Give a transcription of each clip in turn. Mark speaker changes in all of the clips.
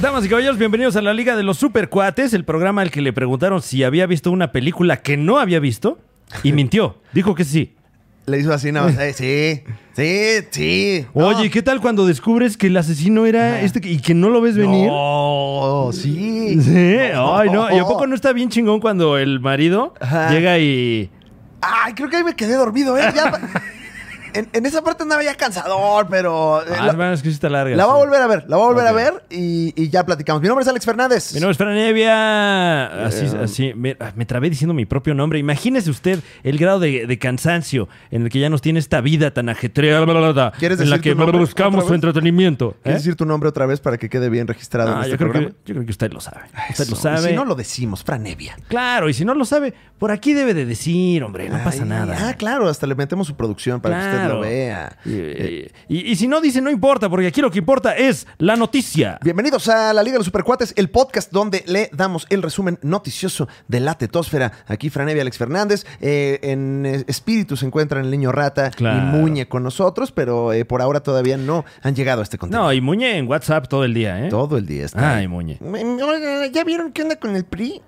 Speaker 1: Damas y caballeros, bienvenidos a la Liga de los Supercuates, el programa al que le preguntaron si había visto una película que no había visto y mintió. Dijo que sí.
Speaker 2: Le hizo así nada más. eh, sí, sí, sí. No.
Speaker 1: Oye, ¿qué tal cuando descubres que el asesino era este que- y que no lo ves venir?
Speaker 2: No, sí.
Speaker 1: Sí, ay, no. ¿Y a poco no está bien chingón cuando el marido
Speaker 2: Ajá.
Speaker 1: llega y.
Speaker 2: Ay, creo que ahí me quedé dormido, ¿eh? Ya pa- en, en esa parte andaba ya cansador, pero. eh,
Speaker 1: Ah,
Speaker 2: la,
Speaker 1: bueno, es que sí está larga.
Speaker 2: la
Speaker 1: sí.
Speaker 2: voy a volver a ver, la voy a volver
Speaker 1: Ok.
Speaker 2: a ver y, y ya platicamos. Mi nombre es Alex Fernández.
Speaker 1: Mi nombre es Fran Evia. Así, así. Me, ah, me trabé diciendo mi propio nombre. Imagínese usted el grado de, de cansancio en el que ya nos tiene esta vida tan ajetreada. bla, bla, bla,
Speaker 2: ¿Quieres
Speaker 1: en la que
Speaker 2: decir tu nombre
Speaker 1: buscamos
Speaker 2: otra vez?
Speaker 1: entretenimiento. ¿eh?
Speaker 2: ¿Quieres decir tu nombre otra vez para que quede bien registrado
Speaker 1: Ah,
Speaker 2: en
Speaker 1: yo,
Speaker 2: este
Speaker 1: creo que,
Speaker 2: programa?
Speaker 1: yo creo que usted lo sabe. Usted lo
Speaker 2: Eso. Y
Speaker 1: sabe.
Speaker 2: Si no lo decimos, Franevia.
Speaker 1: Claro, y si no lo sabe, por aquí debe de decir, hombre. No pasa
Speaker 2: Ay,
Speaker 1: nada.
Speaker 2: Ah, claro, hasta le metemos su producción para que usted
Speaker 1: Claro.
Speaker 2: lo vea. Eh,
Speaker 1: Y, y- y si no dice, no importa, porque aquí lo que importa es la noticia.
Speaker 2: Bienvenidos a la Liga de los Supercuates, el podcast donde le damos el resumen noticioso de la tetósfera. Aquí Franevia Alex Fernández. eh, en eh, espíritu se encuentran el niño rata
Speaker 1: Claro.
Speaker 2: y Muñe con nosotros, pero eh, por ahora todavía no han llegado a este contenido.
Speaker 1: No, y Muñe en WhatsApp todo el día, ¿eh?
Speaker 2: Todo el día está.
Speaker 1: Ay, Muñe.
Speaker 2: Oiga, ¿Ya vieron qué onda con el PRI?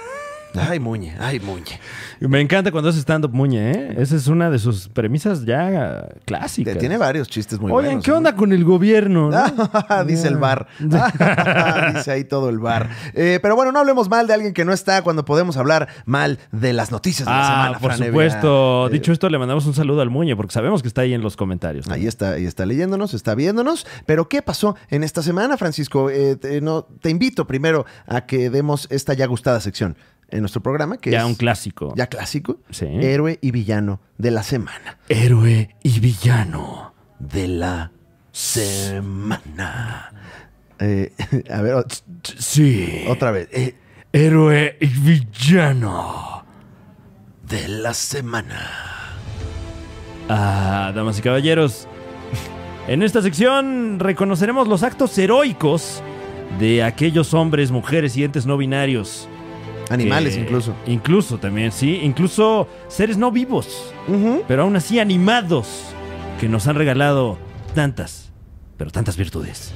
Speaker 2: ay, Muñe, ay, Muñe.
Speaker 1: Me encanta cuando hace stand-up Muñe, ¿eh? Esa es una de sus premisas ya clásicas.
Speaker 2: Tiene varios chistes muy
Speaker 1: Oigan,
Speaker 2: buenos.
Speaker 1: ¿qué
Speaker 2: ¿no?
Speaker 1: onda con el gobierno? no?
Speaker 2: Ah, Dice el bar. Ah, Dice ahí todo el bar. Eh, pero bueno, no hablemos mal de alguien que no está cuando podemos hablar mal de las noticias de la
Speaker 1: Ah,
Speaker 2: semana.
Speaker 1: por
Speaker 2: Fran Evia.
Speaker 1: supuesto.
Speaker 2: Eh,
Speaker 1: Dicho esto, le mandamos un saludo al Muñe, porque sabemos que está ahí en los comentarios.
Speaker 2: Ahí está, ahí está leyéndonos, está viéndonos. Pero ¿qué pasó en esta semana, Francisco? Eh, te, no, te invito primero a que demos esta ya gustada sección en nuestro programa, que
Speaker 1: ya
Speaker 2: es
Speaker 1: un clásico.
Speaker 2: ya clásico,
Speaker 1: Sí.
Speaker 2: héroe y villano de la semana.
Speaker 1: Héroe y villano.
Speaker 2: De la semana. Eh, a ver, o-
Speaker 1: Sí.
Speaker 2: otra vez. Eh,
Speaker 1: Héroe y villano.
Speaker 2: de la semana.
Speaker 1: Ah, damas y caballeros, en esta sección reconoceremos los actos heroicos de aquellos hombres, mujeres y entes no binarios. que-
Speaker 2: Animales incluso.
Speaker 1: Incluso también, sí. Incluso seres no vivos,
Speaker 2: Ujú.
Speaker 1: pero aún así animados, que nos han regalado tantas, pero tantas virtudes.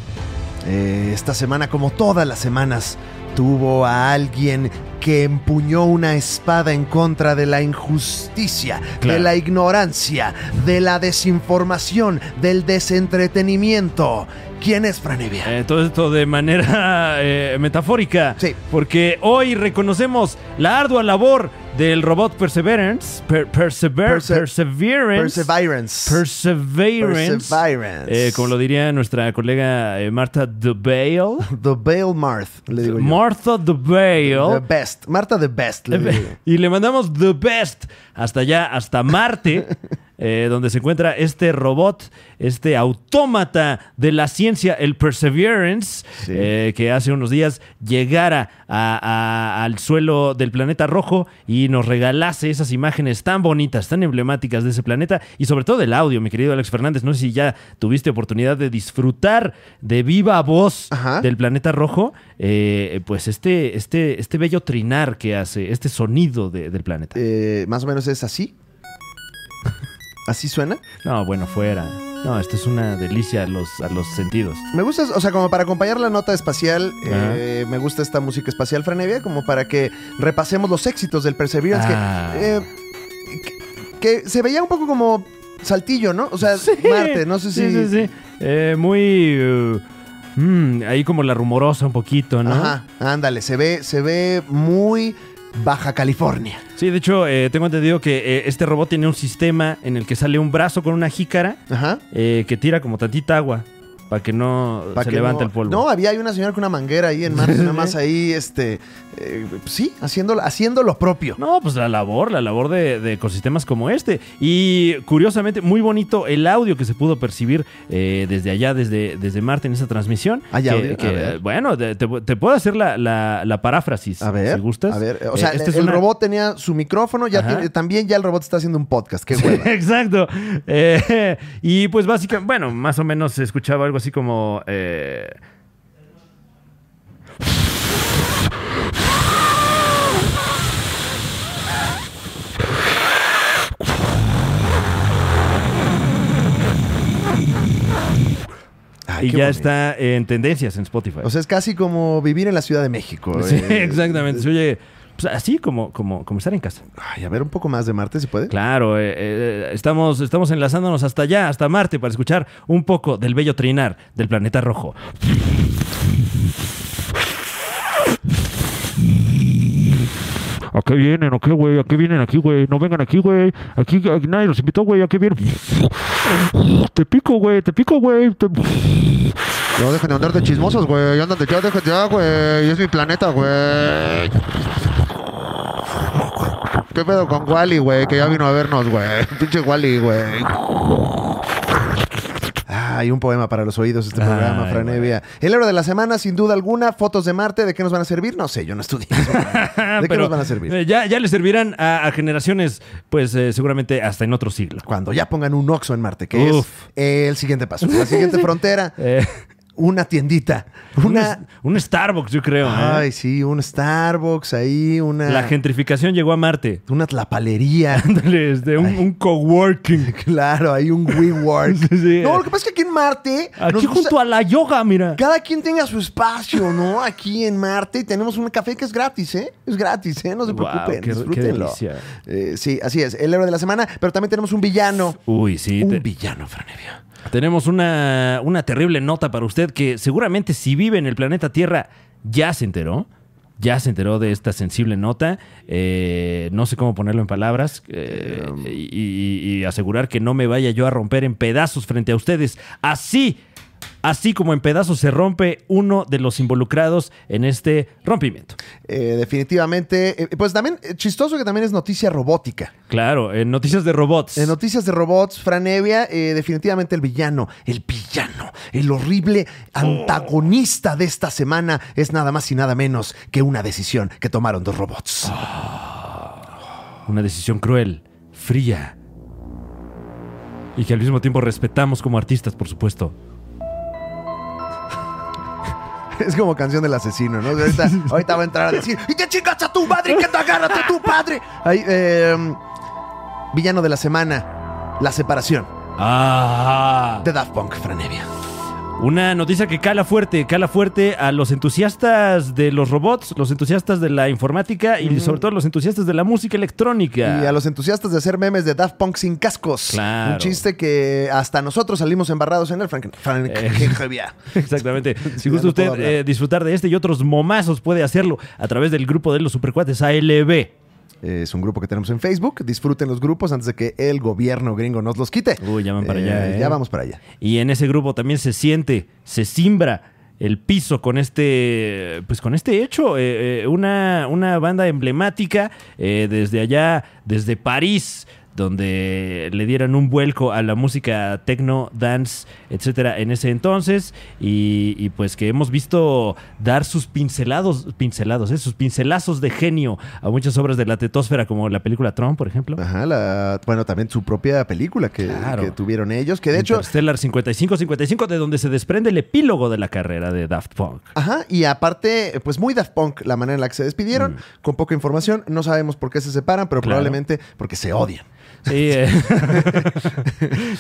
Speaker 2: Eh, esta semana, como todas las semanas, tuvo a alguien que empuñó una espada en contra de la injusticia, de
Speaker 1: Claro.
Speaker 2: la ignorancia, de la desinformación, del desentretenimiento. ¿Quién es Franevia?
Speaker 1: Eh, todo esto de manera eh, metafórica.
Speaker 2: Sí.
Speaker 1: Porque hoy reconocemos la ardua labor del robot Perseverance. per- persever-
Speaker 2: Perse-
Speaker 1: Perseverance.
Speaker 2: Perseverance.
Speaker 1: Perseverance.
Speaker 2: Perseverance.
Speaker 1: Eh, como lo diría nuestra colega eh, Marta DeBale.
Speaker 2: The Bale Marth, le digo yo.
Speaker 1: Martha
Speaker 2: The
Speaker 1: DeBale.
Speaker 2: Best. Marta The Best, le digo yo.
Speaker 1: Y le mandamos The Best hasta allá, hasta Marte, eh, donde se encuentra este robot, este autómata de la ciencia, el Perseverance,
Speaker 2: Sí.
Speaker 1: eh, que hace unos días llegara a- a- al suelo del planeta rojo y nos regalase esas imágenes tan bonitas, tan emblemáticas de ese planeta y sobre todo del audio, mi querido Alex Fernández. No sé si ya tuviste oportunidad de disfrutar de viva voz
Speaker 2: Ajá.
Speaker 1: del planeta rojo, eh, pues este, este, este bello trinar que hace, este sonido de- del planeta.
Speaker 2: Eh, más o menos es así. ¿Así suena?
Speaker 1: No, bueno, fuera. No, esto es una delicia a los, a los sentidos.
Speaker 2: Me gusta, o sea, como para acompañar la nota espacial,
Speaker 1: Ajá.
Speaker 2: eh, me gusta esta música espacial, Franevia, como para que repasemos los éxitos del Perseverance, que,
Speaker 1: Ah.
Speaker 2: eh, que, que se veía un poco como saltillo, ¿no? O sea, Marte, no sé si...
Speaker 1: Sí, sí, sí. Eh, muy... eh, mm, ahí como la rumorosa un poquito, ¿no?
Speaker 2: Ajá, ándale, se ve, se ve muy Baja California.
Speaker 1: Sí, de hecho, eh, tengo entendido que eh, este robot tiene un sistema en el que sale un brazo con una jícara
Speaker 2: Ajá.
Speaker 1: eh, que tira como tantita agua para que no
Speaker 2: Pa'
Speaker 1: se
Speaker 2: que
Speaker 1: levante
Speaker 2: no-
Speaker 1: el polvo.
Speaker 2: No, había hay una señora con una manguera ahí en Marte, nada más ahí, este, eh, sí, haciendo, haciendo lo propio.
Speaker 1: No, pues la labor, la labor de, de ecosistemas como este. Y curiosamente, muy bonito el audio que se pudo percibir eh, desde allá, desde, desde Marte, en esa transmisión.
Speaker 2: Hay
Speaker 1: Que-
Speaker 2: audio,
Speaker 1: que,
Speaker 2: Ah, a ver.
Speaker 1: bueno, te, te- te puedo hacer la, la- la paráfrasis,
Speaker 2: A ver,
Speaker 1: si gustas.
Speaker 2: a ver, o
Speaker 1: Eh,
Speaker 2: sea,
Speaker 1: esta es
Speaker 2: el
Speaker 1: una-
Speaker 2: robot tenía su micrófono, ya
Speaker 1: Ajá.
Speaker 2: tiene- también ya el robot está haciendo un podcast, qué hueva.
Speaker 1: Exacto. Eh, y pues básicamente, bueno, más o menos se escuchaba algo así como... eh,
Speaker 2: Ay,
Speaker 1: y
Speaker 2: qué
Speaker 1: ya
Speaker 2: bonito.
Speaker 1: está en tendencias en Spotify.
Speaker 2: O sea, es casi como vivir en la Ciudad de México.
Speaker 1: Sí,
Speaker 2: eh.
Speaker 1: exactamente. Se oye, pues, así como, como, como estar en casa.
Speaker 2: Ay, a ver, un poco más de Marte, si puede.
Speaker 1: Claro, eh, eh, estamos, estamos enlazándonos hasta allá, hasta Marte, para escuchar un poco del bello trinar del planeta rojo.
Speaker 3: ¿A qué vienen? ¿A qué, güey? ¿A qué vienen aquí, güey? No vengan aquí, güey. Aquí, aquí nadie los invitó, güey. ¿A qué vienen? Te pico, güey. Te pico, güey. Te...
Speaker 4: No dejen de andar de chismosos, güey. Andan de ya, dejen ya, güey. Es mi planeta, güey. ¿Qué pedo con Wally, güey? Que ya vino a vernos, güey. Pinche Wally, güey.
Speaker 2: Ay, un poema para los oídos este programa,
Speaker 1: Ay,
Speaker 2: Fran
Speaker 1: güey.
Speaker 2: Evia. El héroe de la semana, sin duda alguna, fotos de Marte, ¿de qué nos van a servir? No sé, yo no estudié. eso, güey. ¿De qué
Speaker 1: Ah, Pero,
Speaker 2: nos van a servir?
Speaker 1: eh, ya, ya le servirán a, a generaciones, pues eh, seguramente hasta en otro siglo.
Speaker 2: Cuando ya pongan un Oxxo en Marte, que
Speaker 1: Uf.
Speaker 2: es el siguiente paso. La siguiente frontera,
Speaker 1: Eh,
Speaker 2: una tiendita, una...
Speaker 1: un, un Starbucks, yo creo. ¿eh?
Speaker 2: Ay, sí, un Starbucks ahí, una...
Speaker 1: La gentrificación llegó a Marte.
Speaker 2: Una tlapalería.
Speaker 1: Ándale, este, un,
Speaker 2: Ay.
Speaker 1: un coworking.
Speaker 2: claro, hay un WeWork.
Speaker 1: Sí, sí.
Speaker 2: No, lo que pasa es que aquí en Marte... nos
Speaker 1: Aquí
Speaker 2: gusta-
Speaker 1: junto a la yoga, mira.
Speaker 2: Cada quien tenga su espacio, ¿no? Aquí en Marte y tenemos un café que es gratis, ¿eh? Es gratis, ¿eh? No se
Speaker 1: Guau,
Speaker 2: preocupen,
Speaker 1: qué- qué
Speaker 2: disfrútenlo.
Speaker 1: delicia.
Speaker 2: Eh, sí, así es. El héroe de la semana, pero también tenemos un villano.
Speaker 1: Uy, sí.
Speaker 2: un
Speaker 1: te-
Speaker 2: villano, Franevia.
Speaker 1: Tenemos una, una terrible nota para usted que seguramente si vive en el planeta Tierra ya se enteró. Ya se enteró de esta sensible nota. Eh, no sé cómo ponerlo en palabras eh, y, y- y asegurar que no me vaya yo a romper en pedazos frente a ustedes. Así, así como en pedazos se rompe uno de los involucrados en este rompimiento.
Speaker 2: Eh, definitivamente. eh, pues también, eh, chistoso que también es noticia robótica.
Speaker 1: Claro, en noticias de robots.
Speaker 2: En noticias de robots, Franevia, definitivamente el villano, el villano, el horrible antagonista de esta semana es nada más y nada menos que una decisión que tomaron dos robots.
Speaker 1: Una decisión cruel, fría. Y que al mismo tiempo respetamos como artistas, por supuesto.
Speaker 2: Es como canción del asesino, ¿no? Ahorita, ahorita va a entrar a decir, ¡y te chingas a tu madre y que te agárrate a tu padre! Ahí, eh, villano de la semana, la separación
Speaker 1: Ah,
Speaker 2: de Daft Punk, Franevia.
Speaker 1: una noticia que cala fuerte, cala fuerte a los entusiastas de los robots, los entusiastas de la informática y sobre todo los entusiastas de la música electrónica.
Speaker 2: Y a los entusiastas de hacer memes de Daft Punk sin cascos.
Speaker 1: Claro.
Speaker 2: Un chiste que hasta nosotros salimos embarrados en el Frank, Frank Javier.
Speaker 1: Exactamente. Si
Speaker 2: Ya
Speaker 1: gusta
Speaker 2: no
Speaker 1: usted
Speaker 2: puedo hablar.
Speaker 1: eh, disfrutar de este y otros momazos, puede hacerlo a través del grupo de los supercuates ALB.
Speaker 2: Eh, Es un grupo que tenemos en Facebook. Disfruten los grupos antes de que el gobierno gringo nos los quite.
Speaker 1: Uy, ya van para allá, ¿eh?
Speaker 2: Ya vamos para allá.
Speaker 1: Y en ese grupo también se siente, se simbra el piso con este pues con este hecho Eh, eh, una, una banda emblemática eh, desde allá desde París donde le dieron un vuelco a la música techno dance etcétera en ese entonces y, y, pues que hemos visto dar sus pincelados pincelados eh, sus pincelazos de genio a muchas obras de la tetósfera como la película Tron por ejemplo
Speaker 2: Ajá, la- bueno, también su propia película que,
Speaker 1: Claro.
Speaker 2: que tuvieron ellos, que de hecho
Speaker 1: Stellar 55-55, de donde se desprende el epílogo de la carrera de Daft Punk.
Speaker 2: Ajá, y aparte, pues muy Daft Punk la manera en la que se despidieron, con poca información, no sabemos por qué se separan, pero
Speaker 1: Mm. Claro.
Speaker 2: probablemente porque se odian.
Speaker 1: Sí, eh.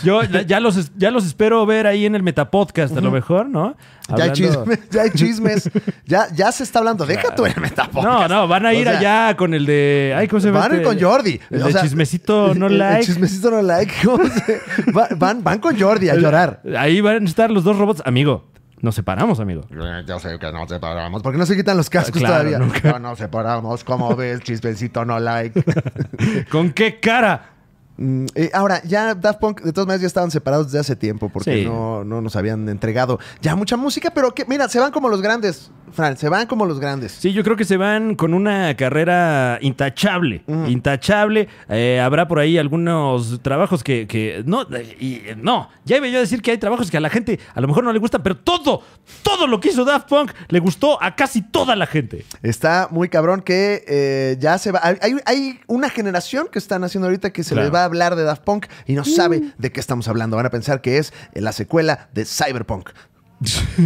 Speaker 1: yo ya- ya los, es- ya los espero ver ahí en el Metapodcast, a lo mejor, ¿no?
Speaker 2: Ya hay
Speaker 1: Hablando-
Speaker 2: chismes, ya hay chismes, ya, ya se está hablando, deja tu elemento.
Speaker 1: No, no, van a ir allá con el de. Ay, ¿cómo se llama
Speaker 2: Van
Speaker 1: este?
Speaker 2: con Jordi.
Speaker 1: El
Speaker 2: O
Speaker 1: de
Speaker 2: sea,
Speaker 1: chismecito no
Speaker 2: el- el
Speaker 1: like.
Speaker 2: chismecito no like. ¿cómo se- va- van, van con Jordi a llorar.
Speaker 1: Ahí van a estar los dos robots. Amigo, nos separamos, amigo.
Speaker 4: Yo sé que nos separamos.
Speaker 2: Porque no se quitan los cascos
Speaker 1: Claro,
Speaker 2: todavía.
Speaker 1: nunca.
Speaker 4: No nos separamos. Como ves, chismecito no like.
Speaker 1: ¿Con qué cara?
Speaker 2: Mm, eh, ahora, ya Daft Punk, de todas maneras, ya estaban separados desde hace tiempo porque
Speaker 1: Sí.
Speaker 2: no, no nos habían entregado ya mucha música, pero que, mira, se van como los grandes, Fran, se van como los grandes.
Speaker 1: Sí, yo creo que se van con una carrera intachable. Intachable. Eh, habrá por ahí algunos trabajos que. que- no, eh, y, eh, no, ya iba yo a decir que hay trabajos que a la gente a lo mejor no le gustan, pero todo, todo lo que hizo Daft Punk le gustó a casi toda la gente.
Speaker 2: Está muy cabrón que eh, ya se va. Hay- Hay, hay una generación que están haciendo ahorita que se
Speaker 1: Claro. Mm.
Speaker 2: les va a hablar de Daft Punk y no sabe de qué estamos hablando. Van a pensar que es eh, la secuela de Cyberpunk.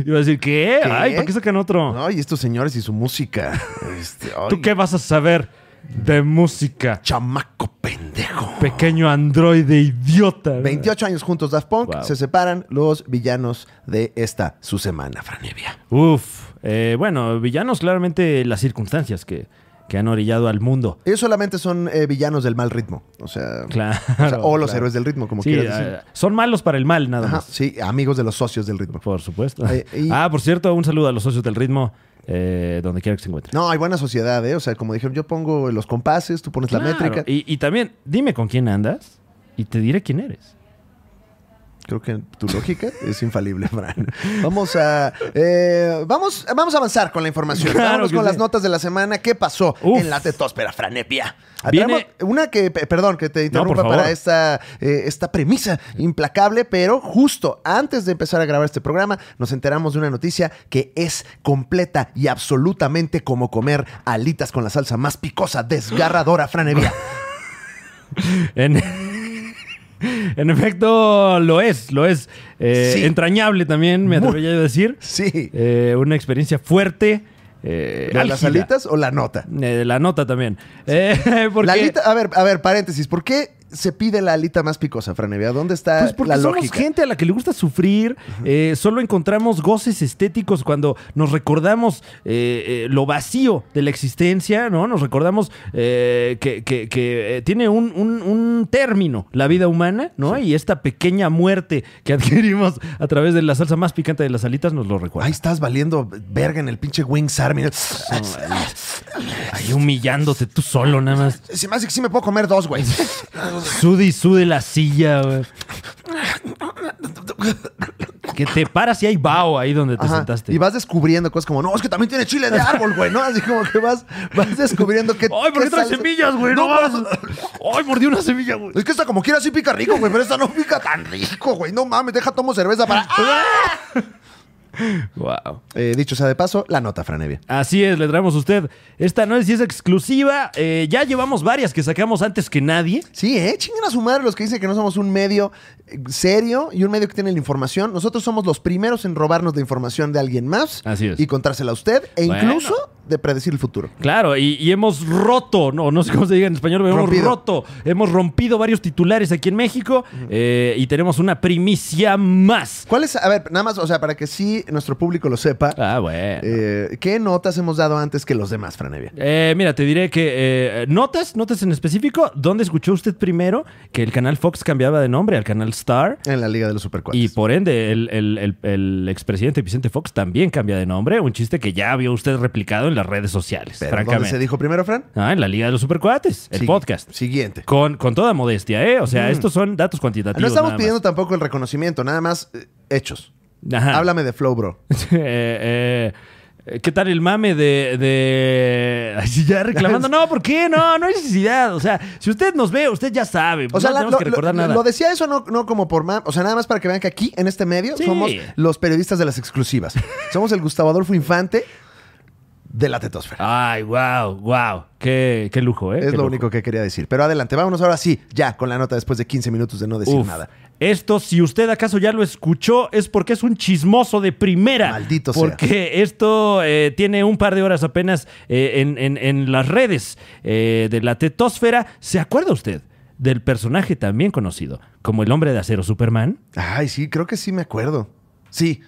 Speaker 1: Iba a decir, ¿qué? Ay, ¿para qué sacan otro?
Speaker 2: ¿no? Y estos señores y su música. Este, ay.
Speaker 1: ¿Tú qué vas a saber? de música.
Speaker 2: Chamaco pendejo.
Speaker 1: Pequeño androide idiota. ¿verdad?
Speaker 2: 28 años juntos Daft Punk,
Speaker 1: Wow.
Speaker 2: se separan los villanos de esta su semana, Franevia.
Speaker 1: Uf. Eh, bueno, villanos claramente las circunstancias que, que han orillado al mundo.
Speaker 2: Ellos solamente son eh, villanos del mal ritmo. O sea,
Speaker 1: Claro.
Speaker 2: o, sea, o los
Speaker 1: claro.
Speaker 2: héroes del ritmo, como
Speaker 1: Sí,
Speaker 2: quieras decir.
Speaker 1: eh, son malos para el mal, nada
Speaker 2: Ajá,
Speaker 1: más.
Speaker 2: sí, amigos de los socios del ritmo.
Speaker 1: Por supuesto.
Speaker 2: Eh, y-
Speaker 1: Ah, por cierto, un saludo a los socios del ritmo, eh, donde quiera que se encuentren.
Speaker 2: No, hay buena sociedad, ¿eh? O sea, como dijeron, yo pongo los compases, tú pones la
Speaker 1: Claro.
Speaker 2: métrica.
Speaker 1: Y, y también, dime con quién andas y te diré quién eres.
Speaker 2: Creo que tu lógica es infalible, Fran. Vamos a. eh, vamos, vamos a avanzar con la información.
Speaker 1: Claro
Speaker 2: Vámonos
Speaker 1: que
Speaker 2: con
Speaker 1: sí.
Speaker 2: las notas de la semana. ¿Qué pasó
Speaker 1: Uf.
Speaker 2: en la Eh, tetósfera, Franepia?
Speaker 1: Viene-
Speaker 2: Ah, Una que, pe- perdón, que te interrumpa
Speaker 1: por favor.
Speaker 2: para esta, eh, esta premisa implacable, pero justo antes de empezar a grabar este programa, nos enteramos de una noticia que es completa y absolutamente como comer alitas con la salsa más picosa, desgarradora, Franevia.
Speaker 1: En, en efecto, lo es, lo es. Eh,
Speaker 2: Sí.
Speaker 1: Entrañable también, me atrevería yo a decir.
Speaker 2: Sí.
Speaker 1: Eh, una experiencia fuerte. eh,
Speaker 2: ¿De las
Speaker 1: álgida.
Speaker 2: alitas o la nota?
Speaker 1: Eh, la nota también. Eh, porque,
Speaker 2: La alita- a ver, a ver, paréntesis, ¿por qué se pide la alita más picosa, Franevia? ¿Dónde está
Speaker 1: Pues porque
Speaker 2: la
Speaker 1: somos
Speaker 2: lógica?
Speaker 1: gente a la que le gusta sufrir, eh, solo encontramos goces estéticos cuando nos recordamos eh, eh, lo vacío de la existencia, ¿no? Nos recordamos eh, que, que- que, eh, tiene un, un- un término la vida humana, ¿no? Y esta pequeña muerte que adquirimos a través de la salsa más picante de las alitas nos lo
Speaker 2: Ahí
Speaker 1: recuerda.
Speaker 2: estás valiendo verga en el pinche Wings Army.
Speaker 1: Ahí humillándote tú solo nada más.
Speaker 2: Se me hace que sí me puedo comer dos, güey.
Speaker 1: Sude y sude la silla, güey. Que te paras y hay bao ahí donde te
Speaker 2: Ajá,
Speaker 1: sentaste.
Speaker 2: Y vas descubriendo cosas como, no, es que también tiene chile de árbol, güey, ¿no? Así como que vas, vas descubriendo que.
Speaker 1: ¡Ay, ¿por qué
Speaker 2: que
Speaker 1: traes
Speaker 2: salsa-
Speaker 1: semillas, güey? No, mames. ¡Ay, mordí una semilla, güey!
Speaker 2: Es que esta como quiera sí pica rico, güey, pero esta no pica tan rico, güey. No mames, deja tomo cerveza para.
Speaker 1: Wow.
Speaker 2: Eh, dicho sea de paso, la nota, Franevia.
Speaker 1: Así es, le traemos a usted. Esta no es si es exclusiva. eh, ya llevamos varias que sacamos antes que nadie.
Speaker 2: Sí, ¿eh? Chinguen a su madre los que dicen que no somos un medio eh, serio y un medio que tiene la información. Nosotros somos los primeros en robarnos de información de alguien más
Speaker 1: Así es.
Speaker 2: y contársela a usted e
Speaker 1: Bueno.
Speaker 2: incluso de predecir el futuro.
Speaker 1: Claro, y, y hemos roto, no, no sé cómo se diga en español, pero
Speaker 2: Rompido.
Speaker 1: hemos roto, hemos rompido varios titulares aquí en México eh, y tenemos una primicia más.
Speaker 2: ¿Cuál es? A ver, nada más, o sea, para que sí nuestro público lo sepa,
Speaker 1: Ah, bueno.
Speaker 2: eh, ¿qué notas hemos dado antes que los demás, Franevia?
Speaker 1: Eh, mira, te diré que eh, notas, notas en específico, ¿dónde escuchó usted primero que el canal Fox cambiaba de nombre al canal Star?
Speaker 2: En la Liga de los Supercuates.
Speaker 1: Y pues, por ende, el, el- el- el expresidente Vicente Fox también cambia de nombre, un chiste que ya vio usted replicado en las redes sociales,
Speaker 2: Pero, ¿Dónde
Speaker 1: francamente.
Speaker 2: se dijo primero, Fran?
Speaker 1: Ah, en la Liga de los Supercuates, el
Speaker 2: Sí,
Speaker 1: podcast.
Speaker 2: Siguiente.
Speaker 1: Con, con toda modestia, ¿eh? O sea, estos son datos cuantitativos.
Speaker 2: No estamos
Speaker 1: nada más.
Speaker 2: pidiendo tampoco el reconocimiento, nada más eh, hechos.
Speaker 1: Ajá.
Speaker 2: Háblame de Flow, bro.
Speaker 1: Eh, eh, ¿Qué tal el mame de, de... Ay, sí, ya reclamando? No, ¿por qué? No, no hay necesidad. O sea, si usted nos ve, usted ya sabe.
Speaker 2: O sea,
Speaker 1: no
Speaker 2: la-
Speaker 1: tenemos
Speaker 2: lo,
Speaker 1: que recordar
Speaker 2: lo-
Speaker 1: nada.
Speaker 2: lo decía eso no, no como por más, o sea, nada más para que vean que aquí, en este medio,
Speaker 1: Sí.
Speaker 2: somos los periodistas de las exclusivas. Somos el Gustavo Adolfo Infante de la tetosfera.
Speaker 1: Ay, wow, wow. Qué, qué lujo, ¿eh?
Speaker 2: es
Speaker 1: Qué
Speaker 2: lo
Speaker 1: lujo.
Speaker 2: único que quería decir. Pero adelante, vámonos ahora sí, ya, con la nota después de 15 minutos de no decir
Speaker 1: Uf.
Speaker 2: nada.
Speaker 1: Esto, si usted acaso ya lo escuchó, es porque es un chismoso de primera.
Speaker 2: Maldito sea.
Speaker 1: porque esto eh, tiene un par de horas apenas eh, en, en- en las redes eh, de la tetósfera. ¿Se acuerda usted del personaje también conocido como el hombre de acero Superman?
Speaker 2: Ay, sí, creo que sí me acuerdo. Sí.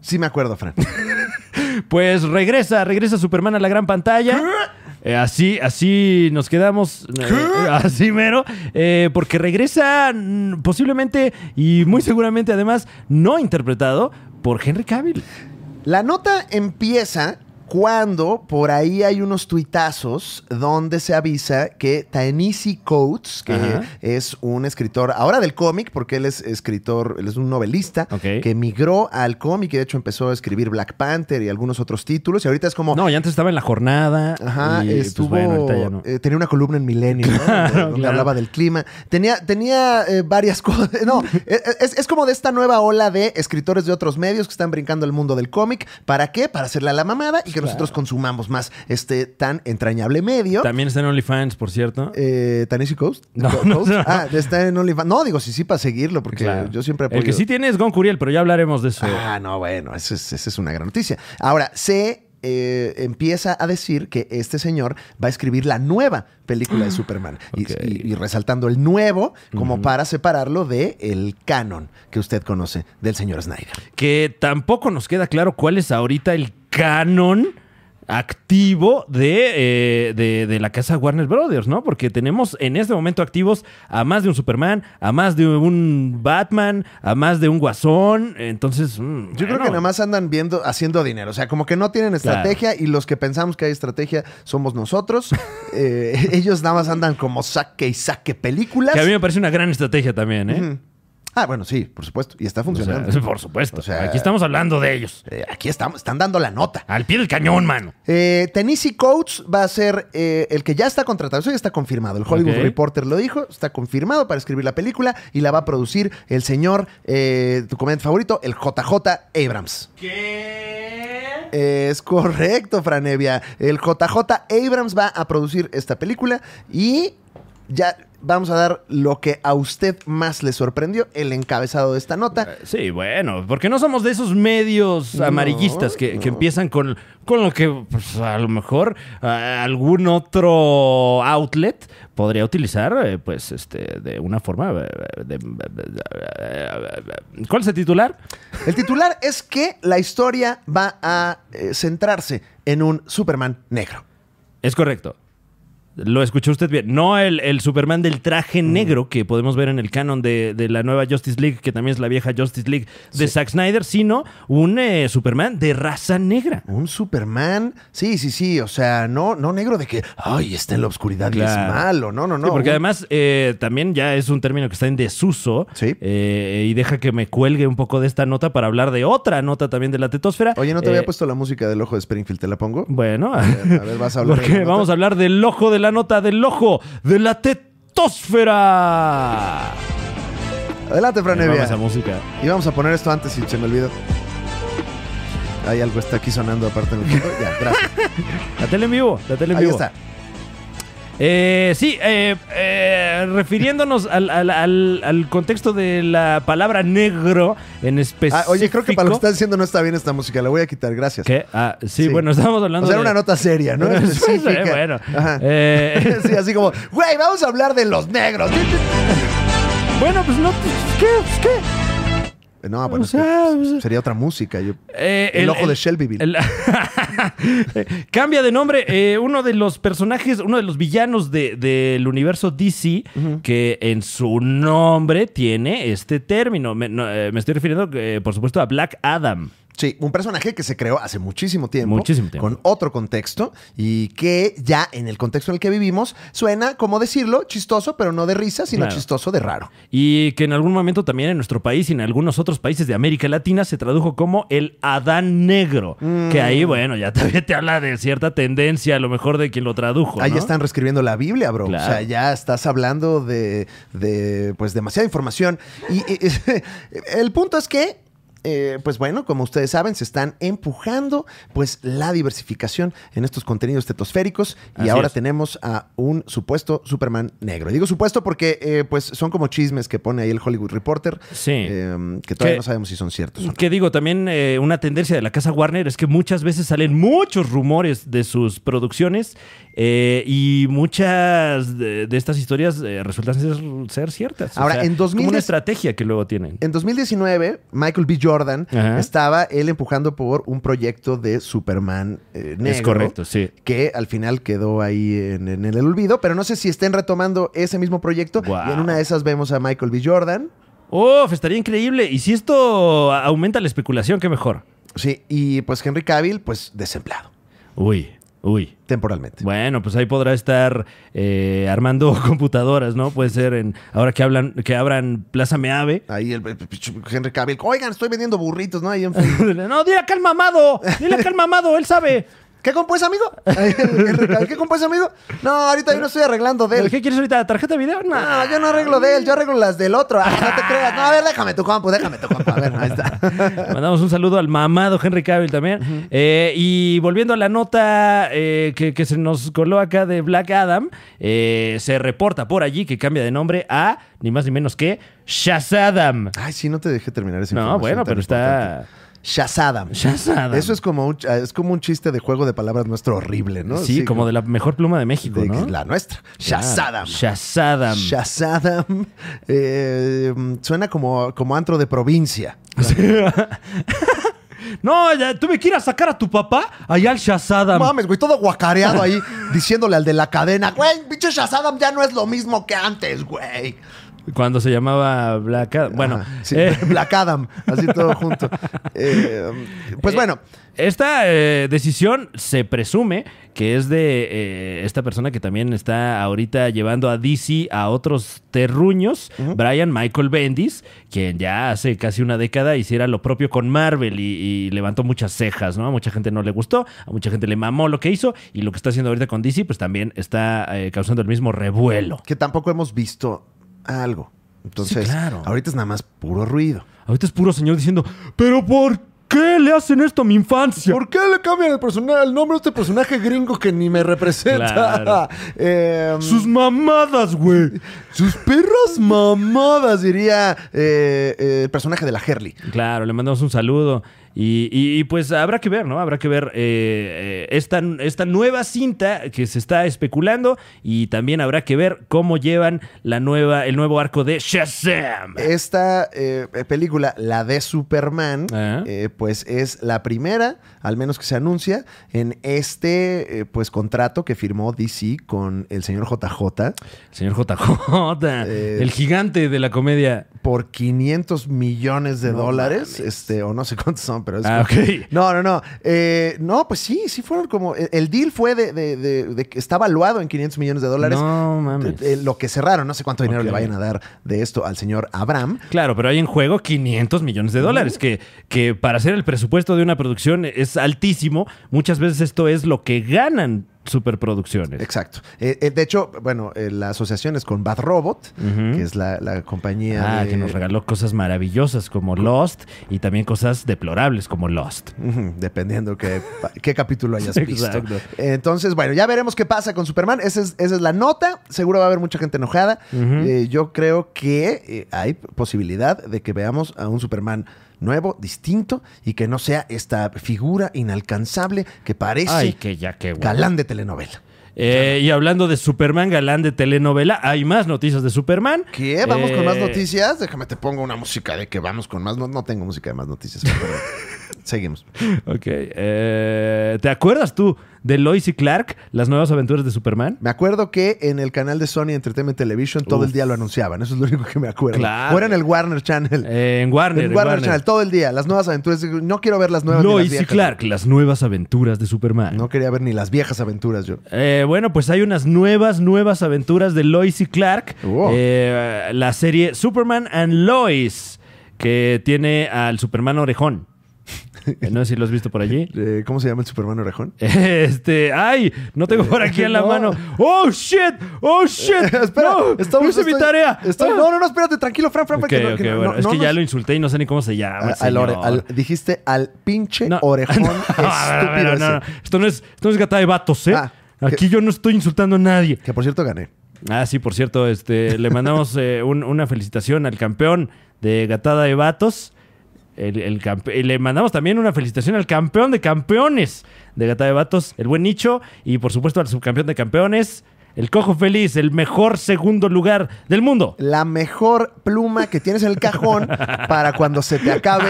Speaker 2: Sí me acuerdo, Fran.
Speaker 1: Pues regresa, regresa Superman a la gran pantalla. Eh, así, así nos quedamos. eh, así mero. eh, porque regresa mm, posiblemente y muy seguramente además no interpretado por Henry Cavill.
Speaker 2: La nota empieza cuando por ahí hay unos tuitazos donde se avisa que Taenisi Coates, que
Speaker 1: Ajá.
Speaker 2: es un escritor ahora del cómic, porque él es escritor, él es un novelista,
Speaker 1: Ok.
Speaker 2: que migró al cómic y de hecho empezó a escribir Black Panther y algunos otros títulos, y ahorita es como...
Speaker 1: No, y antes estaba en la jornada.
Speaker 2: Oh. Ajá,
Speaker 1: y, pues,
Speaker 2: estuvo.
Speaker 1: bueno, ahorita ya no.
Speaker 2: eh, tenía una columna en Milenio, ¿no? donde, donde
Speaker 1: claro.
Speaker 2: hablaba del clima. Tenía, tenía eh, varias cosas. No, eh, es, es como de esta nueva ola de escritores de otros medios que están brincando el mundo del cómic. ¿Para qué? Para hacerle a la mamada y que nosotros consumamos más este tan entrañable medio.
Speaker 1: También está en OnlyFans, por cierto.
Speaker 2: Eh, ¿Tanisi Coast?
Speaker 1: No,
Speaker 2: Co-
Speaker 1: no,
Speaker 2: Coast?
Speaker 1: no.
Speaker 2: Ah, está en OnlyFans. No, digo, sí, sí, para seguirlo, porque
Speaker 1: Claro.
Speaker 2: yo siempre apoyo.
Speaker 1: El que sí tiene es Gon Curiel, pero ya hablaremos de eso.
Speaker 2: Ah, no, bueno, esa es, esa es una gran noticia. Ahora, se eh, empieza a decir que este señor va a escribir la nueva película de Superman. Y-
Speaker 1: Ok.
Speaker 2: Y, y resaltando el nuevo como para separarlo del el canon que usted conoce del señor Snyder.
Speaker 1: que tampoco nos queda claro cuál es ahorita el canon activo de, eh, de, de la casa Warner Brothers, ¿no? Porque tenemos en este momento activos a más de un Superman, a más de un Batman, a más de un Guasón, entonces... mm,
Speaker 2: Yo creo
Speaker 1: bueno.
Speaker 2: que nada más andan viendo, haciendo dinero. O sea, como que no tienen estrategia y los que pensamos que hay estrategia somos nosotros. Eh, ellos nada más andan como saque y saque películas.
Speaker 1: Que a mí me parece una gran estrategia también, ¿eh?
Speaker 2: Ujú. Ah, bueno, sí, por supuesto. Y está
Speaker 1: O sea,
Speaker 2: funcionando.
Speaker 1: por supuesto.
Speaker 2: O sea-
Speaker 1: Aquí estamos hablando de ellos.
Speaker 2: Eh, aquí estamos, están dando la nota.
Speaker 1: Al pie del cañón, mano.
Speaker 2: Eh, Tennessee Coates va a ser eh, el que ya está contratado. Eso ya está confirmado. El Hollywood
Speaker 1: Ok.
Speaker 2: Reporter lo dijo. Está confirmado para escribir la película y la va a producir el señor, eh, tu comediante favorito, el JJ Abrams. Es correcto, Franevia. El JJ Abrams va a producir esta película y ya vamos a dar lo que a usted más le sorprendió, el encabezado de esta nota.
Speaker 1: Sí, bueno, porque no somos de esos medios
Speaker 2: No,
Speaker 1: amarillistas que, que
Speaker 2: no.
Speaker 1: empiezan con, con lo que pues, a lo mejor ah, algún otro outlet podría utilizar, eh, pues, este, de una forma... eh, de- ¿Cuál es el titular?
Speaker 2: El titular es que la historia va a eh, centrarse en un Superman negro.
Speaker 1: Es correcto. Lo escuchó usted bien. No el, el Superman del traje
Speaker 2: Mm.
Speaker 1: negro que podemos ver en el canon de, de la nueva Justice League, que también es la vieja Justice League de Zack Snyder, sino un eh, Superman de raza negra.
Speaker 2: Un Superman, sí, sí, sí, o sea, no, no negro de que, ay, está en la oscuridad y es
Speaker 1: Claro.
Speaker 2: malo, no, no, no.
Speaker 1: Sí, porque
Speaker 2: Un-
Speaker 1: además eh, también ya es un término que está en desuso.
Speaker 2: Sí.
Speaker 1: Eh, y deja que me cuelgue un poco de esta nota para hablar de otra nota también de la tetosfera.
Speaker 2: Oye, no te
Speaker 1: Eh,
Speaker 2: había puesto la música del ojo de Springfield, ¿te la pongo?
Speaker 1: Bueno, a
Speaker 2: ver, a ver, vas a hablar de
Speaker 1: Porque
Speaker 2: la nota.
Speaker 1: vamos a hablar del ojo de la nota, del ojo de la tetosfera.
Speaker 2: Adelante, Fran
Speaker 1: Eh,
Speaker 2: Evia.
Speaker 1: vamos a música.
Speaker 2: Y vamos a poner esto antes si se me olvidó. Hay algo está aquí sonando aparte en el fondo. Ya, gracias.
Speaker 1: La tele en vivo, la tele en
Speaker 2: Ahí
Speaker 1: vivo.
Speaker 2: está.
Speaker 1: Eh, sí, eh, eh, refiriéndonos al, al- al- al contexto de la palabra negro en específico.
Speaker 2: Ah, oye, creo que para lo que estás diciendo no está bien esta música. La voy a quitar, gracias.
Speaker 1: ¿Qué? Ah, sí,
Speaker 2: Sí.
Speaker 1: bueno, estábamos hablando
Speaker 2: O sea, era
Speaker 1: de...
Speaker 2: una nota seria, ¿no?
Speaker 1: Bueno, eso es, eh,
Speaker 2: Específica.
Speaker 1: bueno.
Speaker 2: Ajá.
Speaker 1: Eh,
Speaker 2: Sí, así como, güey, vamos a hablar de los negros.
Speaker 1: bueno, pues no. pues, ¿Qué? Pues, ¿Qué?
Speaker 2: No, bueno,
Speaker 1: O sea,
Speaker 2: es que
Speaker 1: pues-
Speaker 2: sería otra música. Yo...
Speaker 1: Eh,
Speaker 2: El ojo de Shelbyville.
Speaker 1: el- cambia de nombre. eh, uno de los personajes, uno de los villanos de- del universo DC, que en su nombre tiene este término. Me, no, eh, me estoy refiriendo, eh, por supuesto, a Black Adam.
Speaker 2: Sí, un personaje que se creó hace muchísimo tiempo.
Speaker 1: Muchísimo tiempo.
Speaker 2: Con otro contexto y que ya en el contexto en el que vivimos suena, como decirlo, chistoso, pero no de risa, sino
Speaker 1: Claro.
Speaker 2: chistoso de raro.
Speaker 1: Y que en algún momento también en nuestro país y en algunos otros países de América Latina se tradujo como el Adán Negro. Que ahí,
Speaker 2: Mm.
Speaker 1: bueno, ya también te habla de cierta tendencia, a lo mejor de quien lo tradujo.
Speaker 2: Ahí
Speaker 1: ¿no?
Speaker 2: están reescribiendo la Biblia, bro.
Speaker 1: Claro.
Speaker 2: O sea, ya estás hablando de, de, pues demasiada información. Y, y- el punto es que, eh, pues bueno, como ustedes saben, se están empujando pues la diversificación en estos contenidos tetosféricos. Y
Speaker 1: Así
Speaker 2: ahora
Speaker 1: es.
Speaker 2: tenemos a un supuesto Superman negro. Digo supuesto porque eh, pues son como chismes que pone ahí el Hollywood Reporter.
Speaker 1: Sí.
Speaker 2: eh, que todavía
Speaker 1: Que-
Speaker 2: no sabemos si son ciertos. o no.
Speaker 1: Que digo, también eh, una tendencia de la casa Warner es que muchas veces salen muchos rumores de sus producciones eh, y muchas de, de estas historias eh, resultan ser, ser ciertas.
Speaker 2: Ahora, en
Speaker 1: es como
Speaker 2: 2010
Speaker 1: una estrategia que luego tienen.
Speaker 2: En 2019, Michael B. Jordan
Speaker 1: Ajá.
Speaker 2: estaba él empujando por un proyecto de Superman eh, negro.
Speaker 1: Es correcto, sí.
Speaker 2: Que al final quedó ahí en, en el olvido, pero no sé si estén retomando ese mismo proyecto.
Speaker 1: Guau.
Speaker 2: Y en una de esas vemos a Michael B. Jordan.
Speaker 1: ¡Uf! Estaría increíble. Y si esto a- aumenta la especulación, qué mejor.
Speaker 2: Sí, y pues Henry Cavill, pues desempleado,
Speaker 1: Uy, uy.
Speaker 2: temporalmente.
Speaker 1: Bueno, pues ahí podrá estar eh, armando computadoras, ¿no? Puede ser en. Ahora que hablan, que abran Plaza Meave.
Speaker 2: Ahí el, el- el- Henry Cavill, oigan, estoy vendiendo burritos, ¿no? Ahí en Facebook.
Speaker 1: no, dile acá al mamado. Dile acá al mamado, él sabe.
Speaker 2: ¿Qué compues, amigo? Ahí el Henry Cavill, ¿Qué compues, amigo? No, ahorita yo no estoy arreglando de
Speaker 1: ¿Pero
Speaker 2: él.
Speaker 1: ¿Qué quieres ahorita? ¿Tarjeta de video?
Speaker 2: No, yo no arreglo de él, yo arreglo las del otro. Ah, no te creas. No, a ver, déjame tu compu, déjame tu compu. A ver, ahí está.
Speaker 1: Mandamos un saludo al mamado Henry Cavill también. Eh, y volviendo a la nota eh, que, que se nos coló acá de Black Adam, eh, se reporta por allí que cambia de nombre a ni más ni menos que Shazadam.
Speaker 2: Ay, sí, no te dejé terminar ese
Speaker 1: No, bueno, pero está.
Speaker 2: Shazadam.
Speaker 1: Shazadam.
Speaker 2: Eso es como, un, ch- es como un chiste de juego de palabras nuestro horrible, ¿no?
Speaker 1: sí,
Speaker 2: Así
Speaker 1: como de la mejor pluma de México,
Speaker 2: de-
Speaker 1: ¿no?
Speaker 2: la nuestra.
Speaker 1: Claro.
Speaker 2: Shazadam.
Speaker 1: Shazadam.
Speaker 2: Shazadam. eh, suena como, como antro de provincia.
Speaker 1: No, ya, tuve que ir a sacar a tu papá allá al Shazadam.
Speaker 2: No mames, güey, todo guacareado ahí, diciéndole al de la cadena, güey, pinche Shazadam ya no es lo mismo que antes, güey.
Speaker 1: Cuando se llamaba Black Adam. Bueno,
Speaker 2: Ajá, sí,
Speaker 1: eh,
Speaker 2: Black Adam, así todo junto. Eh, pues
Speaker 1: Eh,
Speaker 2: bueno,
Speaker 1: Esta eh, decisión se presume que es de eh, esta persona que también está ahorita llevando a DC a otros terruños, Brian Michael Bendis, quien ya hace casi una década hiciera lo propio con Marvel y, y levantó muchas cejas, ¿no? A mucha gente no le gustó, a mucha gente le mamó lo que hizo y lo que está haciendo ahorita con DC, pues también está eh, causando el mismo revuelo.
Speaker 2: que tampoco hemos visto algo. Entonces,
Speaker 1: Sí, claro.
Speaker 2: ahorita es nada más puro ruido.
Speaker 1: Ahorita es puro señor diciendo, ¿pero por qué le hacen esto a mi infancia?
Speaker 2: ¿Por qué le cambian el, persona- el nombre a este personaje gringo que ni me representa?
Speaker 1: Claro.
Speaker 2: Eh,
Speaker 1: Sus mamadas, güey.
Speaker 2: sus perras mamadas, diría eh, eh, el personaje de la Herley.
Speaker 1: Claro, le mandamos un saludo. Y, y- y, pues habrá que ver, ¿no? Habrá que ver eh, eh, esta, esta nueva cinta que se está especulando y también habrá que ver cómo llevan la nueva, el nuevo arco de Shazam.
Speaker 2: Esta eh, película, la de Superman,
Speaker 1: Ah.
Speaker 2: eh, pues es la primera, al menos que se anuncia, en este eh, pues contrato que firmó DC con el señor JJ
Speaker 1: Señor JJ,
Speaker 2: Eh,
Speaker 1: el gigante de la comedia.
Speaker 2: por 500 millones de
Speaker 1: No
Speaker 2: dólares,
Speaker 1: mames.
Speaker 2: este o no sé cuántos son, pero es
Speaker 1: Ah,
Speaker 2: como-
Speaker 1: ok.
Speaker 2: No, no, no. Eh, no, pues sí, sí fueron como... el- El deal fue de, de- de- de que está valuado en 500 millones de dólares.
Speaker 1: No
Speaker 2: Eh,
Speaker 1: mames.
Speaker 2: eh, lo que cerraron, no sé cuánto dinero
Speaker 1: Ok.
Speaker 2: le vayan a dar de esto al señor Abraham.
Speaker 1: Claro, pero hay en juego 500 millones de dólares, que, que para hacer el presupuesto de una producción es altísimo. Muchas veces esto es lo que ganan superproducciones.
Speaker 2: Exacto. Eh, eh, de hecho, bueno, eh, la asociación es con Bad Robot,
Speaker 1: Ujú.
Speaker 2: que es la, la compañía.
Speaker 1: Ah,
Speaker 2: de-
Speaker 1: que nos regaló cosas maravillosas como Lost y también cosas deplorables como Lost.
Speaker 2: Ujú, Dependiendo qué, pa- qué capítulo hayas visto.
Speaker 1: Exacto.
Speaker 2: Entonces, bueno, ya veremos qué pasa con Superman. Esa es, esa es la nota. Seguro va a haber mucha gente enojada. Eh, yo creo que eh, hay posibilidad de que veamos a un Superman nuevo, distinto, y que no sea esta figura inalcanzable que parece
Speaker 1: Ay, que ya qué guay.
Speaker 2: galán de telenovela.
Speaker 1: Eh, y hablando de Superman, galán de telenovela, hay más noticias de Superman.
Speaker 2: ¿Qué? ¿Vamos con
Speaker 1: Eh,
Speaker 2: más noticias? Déjame, te pongo una música de que vamos con más. No, no tengo música de más noticias. pero- Seguimos.
Speaker 1: Ok. eh, ¿Te acuerdas tú de Lois y Clark, las nuevas aventuras de Superman?
Speaker 2: Me acuerdo que en el canal de Sony Entertainment Television todo
Speaker 1: Uf.
Speaker 2: el día lo anunciaban. Eso es lo único que me acuerdo.
Speaker 1: Claro.
Speaker 2: O era en el Warner Channel.
Speaker 1: Eh, en Warner.
Speaker 2: en
Speaker 1: en
Speaker 2: Warner,
Speaker 1: Warner.
Speaker 2: Channel, todo el día. Las nuevas aventuras. No quiero ver las nuevas ni las
Speaker 1: Lois y
Speaker 2: viejas.
Speaker 1: Clark, las nuevas aventuras de Superman.
Speaker 2: No quería ver ni las viejas aventuras yo.
Speaker 1: Eh, bueno, pues hay unas nuevas, nuevas aventuras de Lois y Clark.
Speaker 2: Oh.
Speaker 1: Eh, la serie Superman and Lois, que tiene al Superman Orejón. Eh, No sé si lo has visto por allí.
Speaker 2: Eh, ¿Cómo se llama el Superman Orejón?
Speaker 1: Este, ay, no tengo por aquí en la
Speaker 2: No.
Speaker 1: mano. ¡Oh shit! ¡Oh shit!
Speaker 2: Espera,
Speaker 1: no,
Speaker 2: estamos-
Speaker 1: no hice mi
Speaker 2: estoy-
Speaker 1: tarea.
Speaker 2: estoy-
Speaker 1: Ah.
Speaker 2: no, no, no, espérate, tranquilo, Fran, Fran,
Speaker 1: Ok,
Speaker 2: Fran, que no-
Speaker 1: ok,
Speaker 2: que no-
Speaker 1: bueno,
Speaker 2: no-
Speaker 1: es
Speaker 2: no
Speaker 1: que ya
Speaker 2: nos-
Speaker 1: lo insulté y no sé ni cómo se llama.
Speaker 2: a- al ore-
Speaker 1: señor.
Speaker 2: al- dijiste al pinche
Speaker 1: No.
Speaker 2: orejón
Speaker 1: No, a ver, a ver,
Speaker 2: estúpido
Speaker 1: no, no.
Speaker 2: ese.
Speaker 1: Esto no es, esto no es gata de vatos, ¿eh?
Speaker 2: Ah,
Speaker 1: Aquí yo no estoy insultando a nadie.
Speaker 2: Que por cierto gané.
Speaker 1: Ah, sí, por cierto, este, le mandamos eh, un- una felicitación al campeón de Gatada de Vatos. El, el campe- y le mandamos también una felicitación al campeón de campeones de Gatada de Vatos, el buen Nicho, y por supuesto al subcampeón de campeones, el Cojo Feliz, el mejor segundo lugar del mundo.
Speaker 2: la mejor pluma que tienes en el cajón para cuando se te acabe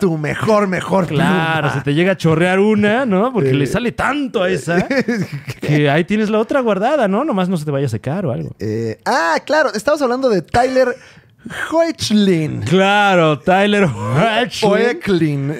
Speaker 2: tu mejor, mejor
Speaker 1: Claro, se
Speaker 2: pluma.
Speaker 1: te llega a chorrear una, ¿no? Porque le sale tanto a esa que ahí tienes la otra guardada, ¿no? Nomás no se te vaya a secar o algo.
Speaker 2: Eh, ah, claro, estamos hablando de Tyler Hoechlin.
Speaker 1: Claro, Tyler Hoechlin.
Speaker 2: Hoechlin. No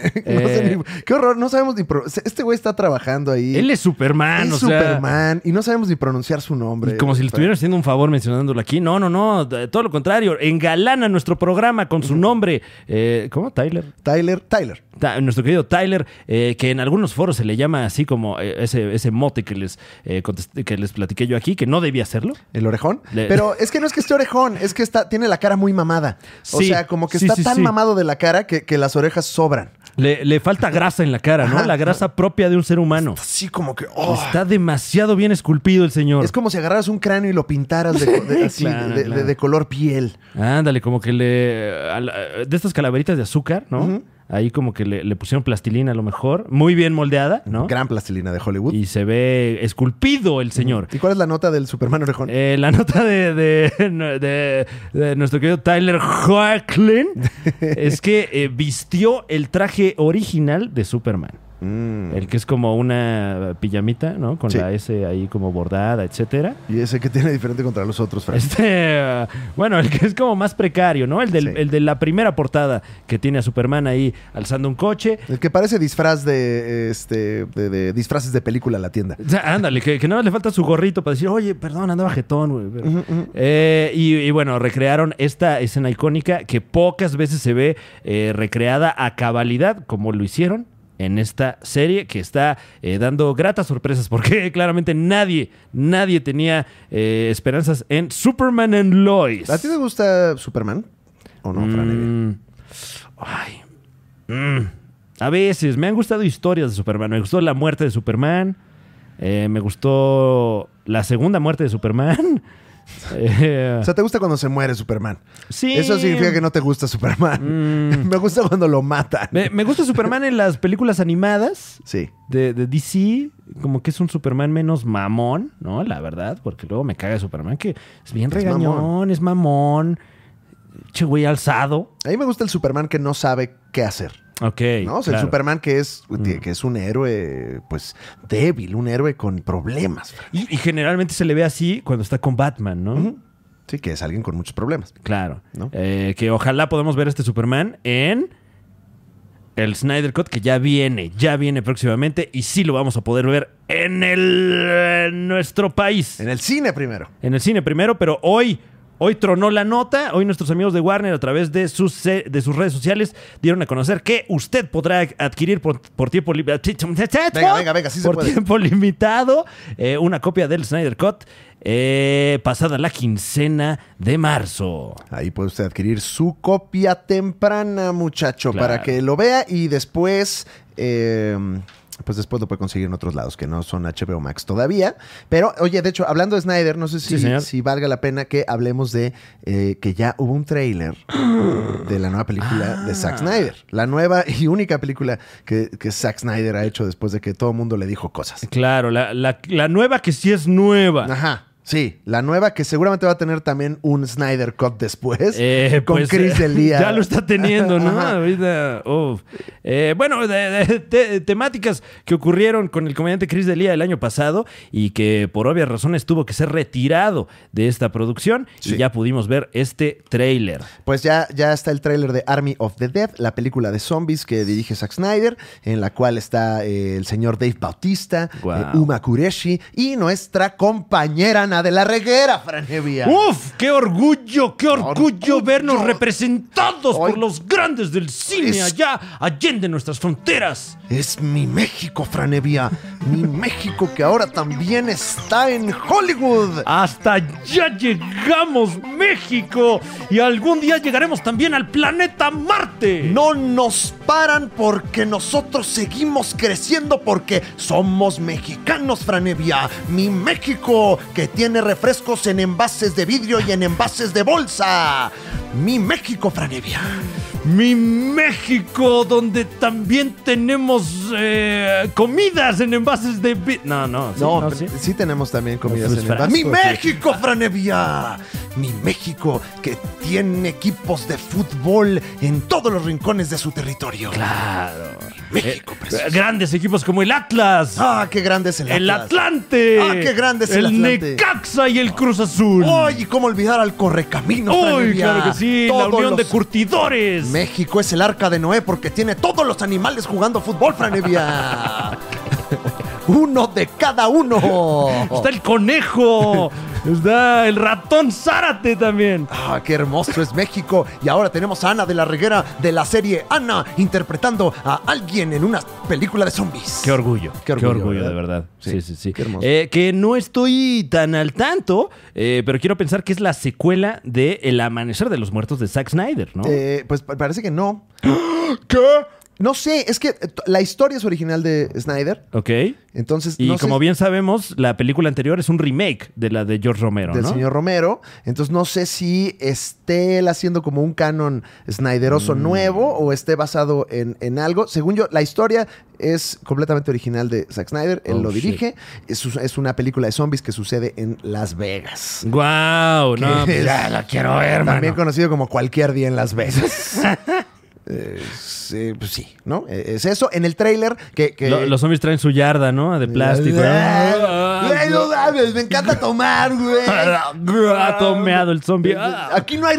Speaker 2: sé
Speaker 1: Eh.
Speaker 2: ni- qué horror, no sabemos ni... pro- Este güey está trabajando ahí.
Speaker 1: Él es Superman,
Speaker 2: Es
Speaker 1: o sea.
Speaker 2: Superman y no sabemos ni pronunciar su nombre.
Speaker 1: Y como si le
Speaker 2: Pero-
Speaker 1: estuvieran haciendo un favor mencionándolo aquí. No, no, no. d- Todo lo contrario. Engalana nuestro programa con su nombre. Eh, ¿Cómo? Tyler.
Speaker 2: Tyler, Tyler.
Speaker 1: Ta- nuestro querido Tyler, eh, que en algunos foros se le llama así como eh, ese, ese mote que les, eh, contesté- que les platiqué yo aquí, que no debía hacerlo.
Speaker 2: El orejón.
Speaker 1: Le-
Speaker 2: Pero es que no es que esté orejón, es que está, tiene la cara muy mamada. O
Speaker 1: Sí,
Speaker 2: sea, como que
Speaker 1: sí,
Speaker 2: está
Speaker 1: sí,
Speaker 2: tan
Speaker 1: sí.
Speaker 2: mamado de la cara que, que las orejas sobran.
Speaker 1: Le, le falta grasa en la cara, ¿no?
Speaker 2: Ajá.
Speaker 1: La grasa propia de un ser humano.
Speaker 2: Así como que. ¡oh!
Speaker 1: Está demasiado bien esculpido el señor.
Speaker 2: Es como si agarraras un cráneo y lo pintaras de, de- así,
Speaker 1: Claro,
Speaker 2: de, de-
Speaker 1: claro.
Speaker 2: de color piel.
Speaker 1: Ándale, como que le. a la- de estas calaveritas de azúcar, ¿no? Ahí como que le, le pusieron plastilina a lo mejor. Muy bien moldeada, ¿no?
Speaker 2: Gran plastilina de Hollywood.
Speaker 1: Y se ve esculpido el señor.
Speaker 2: ¿Y cuál es la nota del Superman Orejón?
Speaker 1: Eh, la nota de, de- de- de nuestro querido Tyler Hoechlin es que eh, vistió el traje original de Superman.
Speaker 2: Mm.
Speaker 1: El que es como una pijamita, ¿no? Con
Speaker 2: Sí.
Speaker 1: la S ahí como bordada, etcétera.
Speaker 2: Y ese que tiene diferente contra los otros, Frank.
Speaker 1: Este, eh, bueno, el que es como más precario, ¿no? El, del-
Speaker 2: Sí.
Speaker 1: el de la primera portada que tiene a Superman ahí alzando un coche.
Speaker 2: El que parece disfraz de, este, de, de disfraces de película la tienda.
Speaker 1: O sea, ándale, que, que nada más le falta su gorrito para decir, oye, perdón, andaba jetón, güey. pero-". Eh, y, y bueno, recrearon esta escena icónica que pocas veces se ve eh, recreada a cabalidad, como lo hicieron en esta serie que está eh, dando gratas sorpresas porque claramente nadie, nadie tenía eh, esperanzas en Superman and Lois.
Speaker 2: ¿A ti te gusta Superman? ¿O no, Fran Evia?
Speaker 1: Mm. Ay. Mm. A veces me han gustado historias de Superman. Me gustó la muerte de Superman. Eh, me gustó la segunda muerte de Superman. Eh,
Speaker 2: O sea, ¿te gusta cuando se muere Superman?
Speaker 1: sí. Mm.
Speaker 2: Eso significa que no te gusta Superman. Me gusta cuando lo matan.
Speaker 1: Me, me gusta Superman en las películas animadas
Speaker 2: Sí.
Speaker 1: de, de DC. Como que es un Superman menos mamón, ¿no? La verdad, porque luego me caga Superman, que es bien
Speaker 2: Es
Speaker 1: regañón,
Speaker 2: mamón.
Speaker 1: es mamón. Che, güey, alzado.
Speaker 2: A mí me gusta el Superman que no sabe qué hacer.
Speaker 1: Ok.
Speaker 2: ¿no? O sea, el
Speaker 1: claro.
Speaker 2: Superman que es, que es un héroe, pues, débil, un héroe con problemas. Fran.
Speaker 1: Y, y generalmente se le ve así cuando está con Batman, ¿no?
Speaker 2: Sí, que es alguien con muchos problemas.
Speaker 1: Claro.
Speaker 2: ¿No?
Speaker 1: Eh, que ojalá podamos ver a este Superman en el Snyder Cut, que ya viene, ya viene próximamente, y sí lo vamos a poder ver en el en nuestro país.
Speaker 2: En el cine primero.
Speaker 1: En el cine primero, pero hoy. Hoy tronó la nota, hoy nuestros amigos de Warner a través de sus, se- de sus redes sociales dieron a conocer que usted podrá adquirir por, por tiempo limitado.
Speaker 2: Venga, venga, venga, sí se
Speaker 1: Por
Speaker 2: puede.
Speaker 1: tiempo limitado eh, una copia del Snyder Cut eh, pasada la quincena de marzo.
Speaker 2: Ahí puede usted adquirir su copia temprana, muchacho,
Speaker 1: Claro.
Speaker 2: para que lo vea y después. eh, pues después lo puede conseguir en otros lados que no son HBO Max todavía. Pero, oye, de hecho, hablando de Snyder, no sé si,
Speaker 1: Sí, señor.
Speaker 2: si valga la pena que hablemos de eh, que ya hubo un tráiler de la nueva película
Speaker 1: Ah.
Speaker 2: de Zack Snyder. La nueva y única película que, que Zack Snyder ha hecho después de que todo el mundo le dijo cosas.
Speaker 1: Claro, la, la- la nueva que sí es nueva.
Speaker 2: Ajá. Sí, la nueva que seguramente va a tener también un Snyder Cut después.
Speaker 1: Eh,
Speaker 2: con
Speaker 1: pues,
Speaker 2: Chris
Speaker 1: eh,
Speaker 2: D'Elia.
Speaker 1: Ya lo está teniendo, ¿no?
Speaker 2: Ajá.
Speaker 1: Ahorita, uf. Eh, bueno, de- de- te- temáticas que ocurrieron con el comediante Chris D'Elia el año pasado y que por obvias razones tuvo que ser retirado de esta producción
Speaker 2: Sí.
Speaker 1: y ya pudimos ver este tráiler.
Speaker 2: Pues ya, ya está el tráiler de Army of the Dead, la película de zombies que dirige Zack Snyder, en la cual está eh, el señor Dave Bautista,
Speaker 1: Guau.
Speaker 2: eh, Uma Kureshi y nuestra compañera Ana de la Reguera, Franevia.
Speaker 1: ¡Uf! ¡Qué orgullo! ¡Qué orgullo,
Speaker 2: Orgullo.
Speaker 1: vernos representados
Speaker 2: Hoy-
Speaker 1: por los grandes del cine
Speaker 2: Es-
Speaker 1: allá, allende nuestras fronteras!
Speaker 2: Es mi México, Franevia. Mi México que ahora también está en Hollywood.
Speaker 1: Hasta ya llegamos, México. Y algún día llegaremos también al planeta Marte.
Speaker 2: No nos paran porque nosotros seguimos creciendo porque somos mexicanos, Franevia. Mi México que tiene refrescos en envases de vidrio y en envases de bolsa. Mi México, Franevia.
Speaker 1: Mi México, donde también tenemos eh, comidas en envases de... vi- No, no. sí,
Speaker 2: Ah,
Speaker 1: no, sí.
Speaker 2: tenemos también
Speaker 1: comidas Sus en envases.
Speaker 2: Mi
Speaker 1: frascos, sí.
Speaker 2: México, Franevia. Mi México que tiene equipos de fútbol en todos los rincones de su territorio.
Speaker 1: Claro.
Speaker 2: México, precioso.
Speaker 1: Eh, Grandes equipos como el Atlas.
Speaker 2: Ah, qué grande es el
Speaker 1: El
Speaker 2: Atlas.
Speaker 1: Atlante.
Speaker 2: Ah, qué grande es el Atlante.
Speaker 1: Necaxa y el Cruz Azul.
Speaker 2: ¡Ay! ¿Y cómo olvidar al correcamino? Fran
Speaker 1: ¡Uy,
Speaker 2: Evia?
Speaker 1: claro que sí! La
Speaker 2: Todos
Speaker 1: unión de
Speaker 2: los-
Speaker 1: curtidores.
Speaker 2: México es el arca de Noé porque tiene todos los animales jugando fútbol, Franevia. uno de cada uno.
Speaker 1: Está el conejo. Está el ratón Zárate también.
Speaker 2: Ah, qué hermoso es México. Y ahora tenemos a Ana de la Reguera de la serie Ana interpretando a alguien en una película de zombies.
Speaker 1: Qué orgullo.
Speaker 2: Qué
Speaker 1: Qué
Speaker 2: orgullo,
Speaker 1: orgullo,
Speaker 2: ¿verdad?
Speaker 1: de verdad.
Speaker 2: Sí,
Speaker 1: Sí, sí, sí.
Speaker 2: qué hermoso.
Speaker 1: Eh, que no estoy tan al tanto, eh, pero quiero pensar que es la secuela de El Amanecer de los Muertos de Zack Snyder, ¿no?
Speaker 2: Eh, pues pa- parece que no.
Speaker 1: ¿Qué?
Speaker 2: No sé, es que eh, t- la historia es original de Snyder.
Speaker 1: Ok.
Speaker 2: Entonces,
Speaker 1: Y
Speaker 2: no sé
Speaker 1: como
Speaker 2: si-
Speaker 1: bien sabemos, la película anterior es un remake de la de George Romero,
Speaker 2: del
Speaker 1: ¿no?
Speaker 2: señor Romero. Entonces no sé si esté él haciendo como un canon Snyderoso
Speaker 1: Mm.
Speaker 2: nuevo o esté basado en, en algo. Según yo, la historia es completamente original de Zack Snyder. Él
Speaker 1: Oh,
Speaker 2: lo
Speaker 1: shit.
Speaker 2: dirige. Es, es una película de zombies que sucede en Las Vegas.
Speaker 1: ¡Guau! No,
Speaker 2: Que
Speaker 1: pues
Speaker 2: es-
Speaker 1: ya la quiero ver,
Speaker 2: También
Speaker 1: mano.
Speaker 2: conocido como cualquier día en Las Vegas. Eh, sí, pues sí, ¿no? Eh, Es eso. En el tráiler que... que-
Speaker 1: Lo- los zombies traen su yarda, ¿no? De plástico.
Speaker 2: Ah, güey, no mames, me encanta tomar,
Speaker 1: ah,
Speaker 2: güey.
Speaker 1: Ha tomeado el zombie. Ah.
Speaker 2: Aquí no hay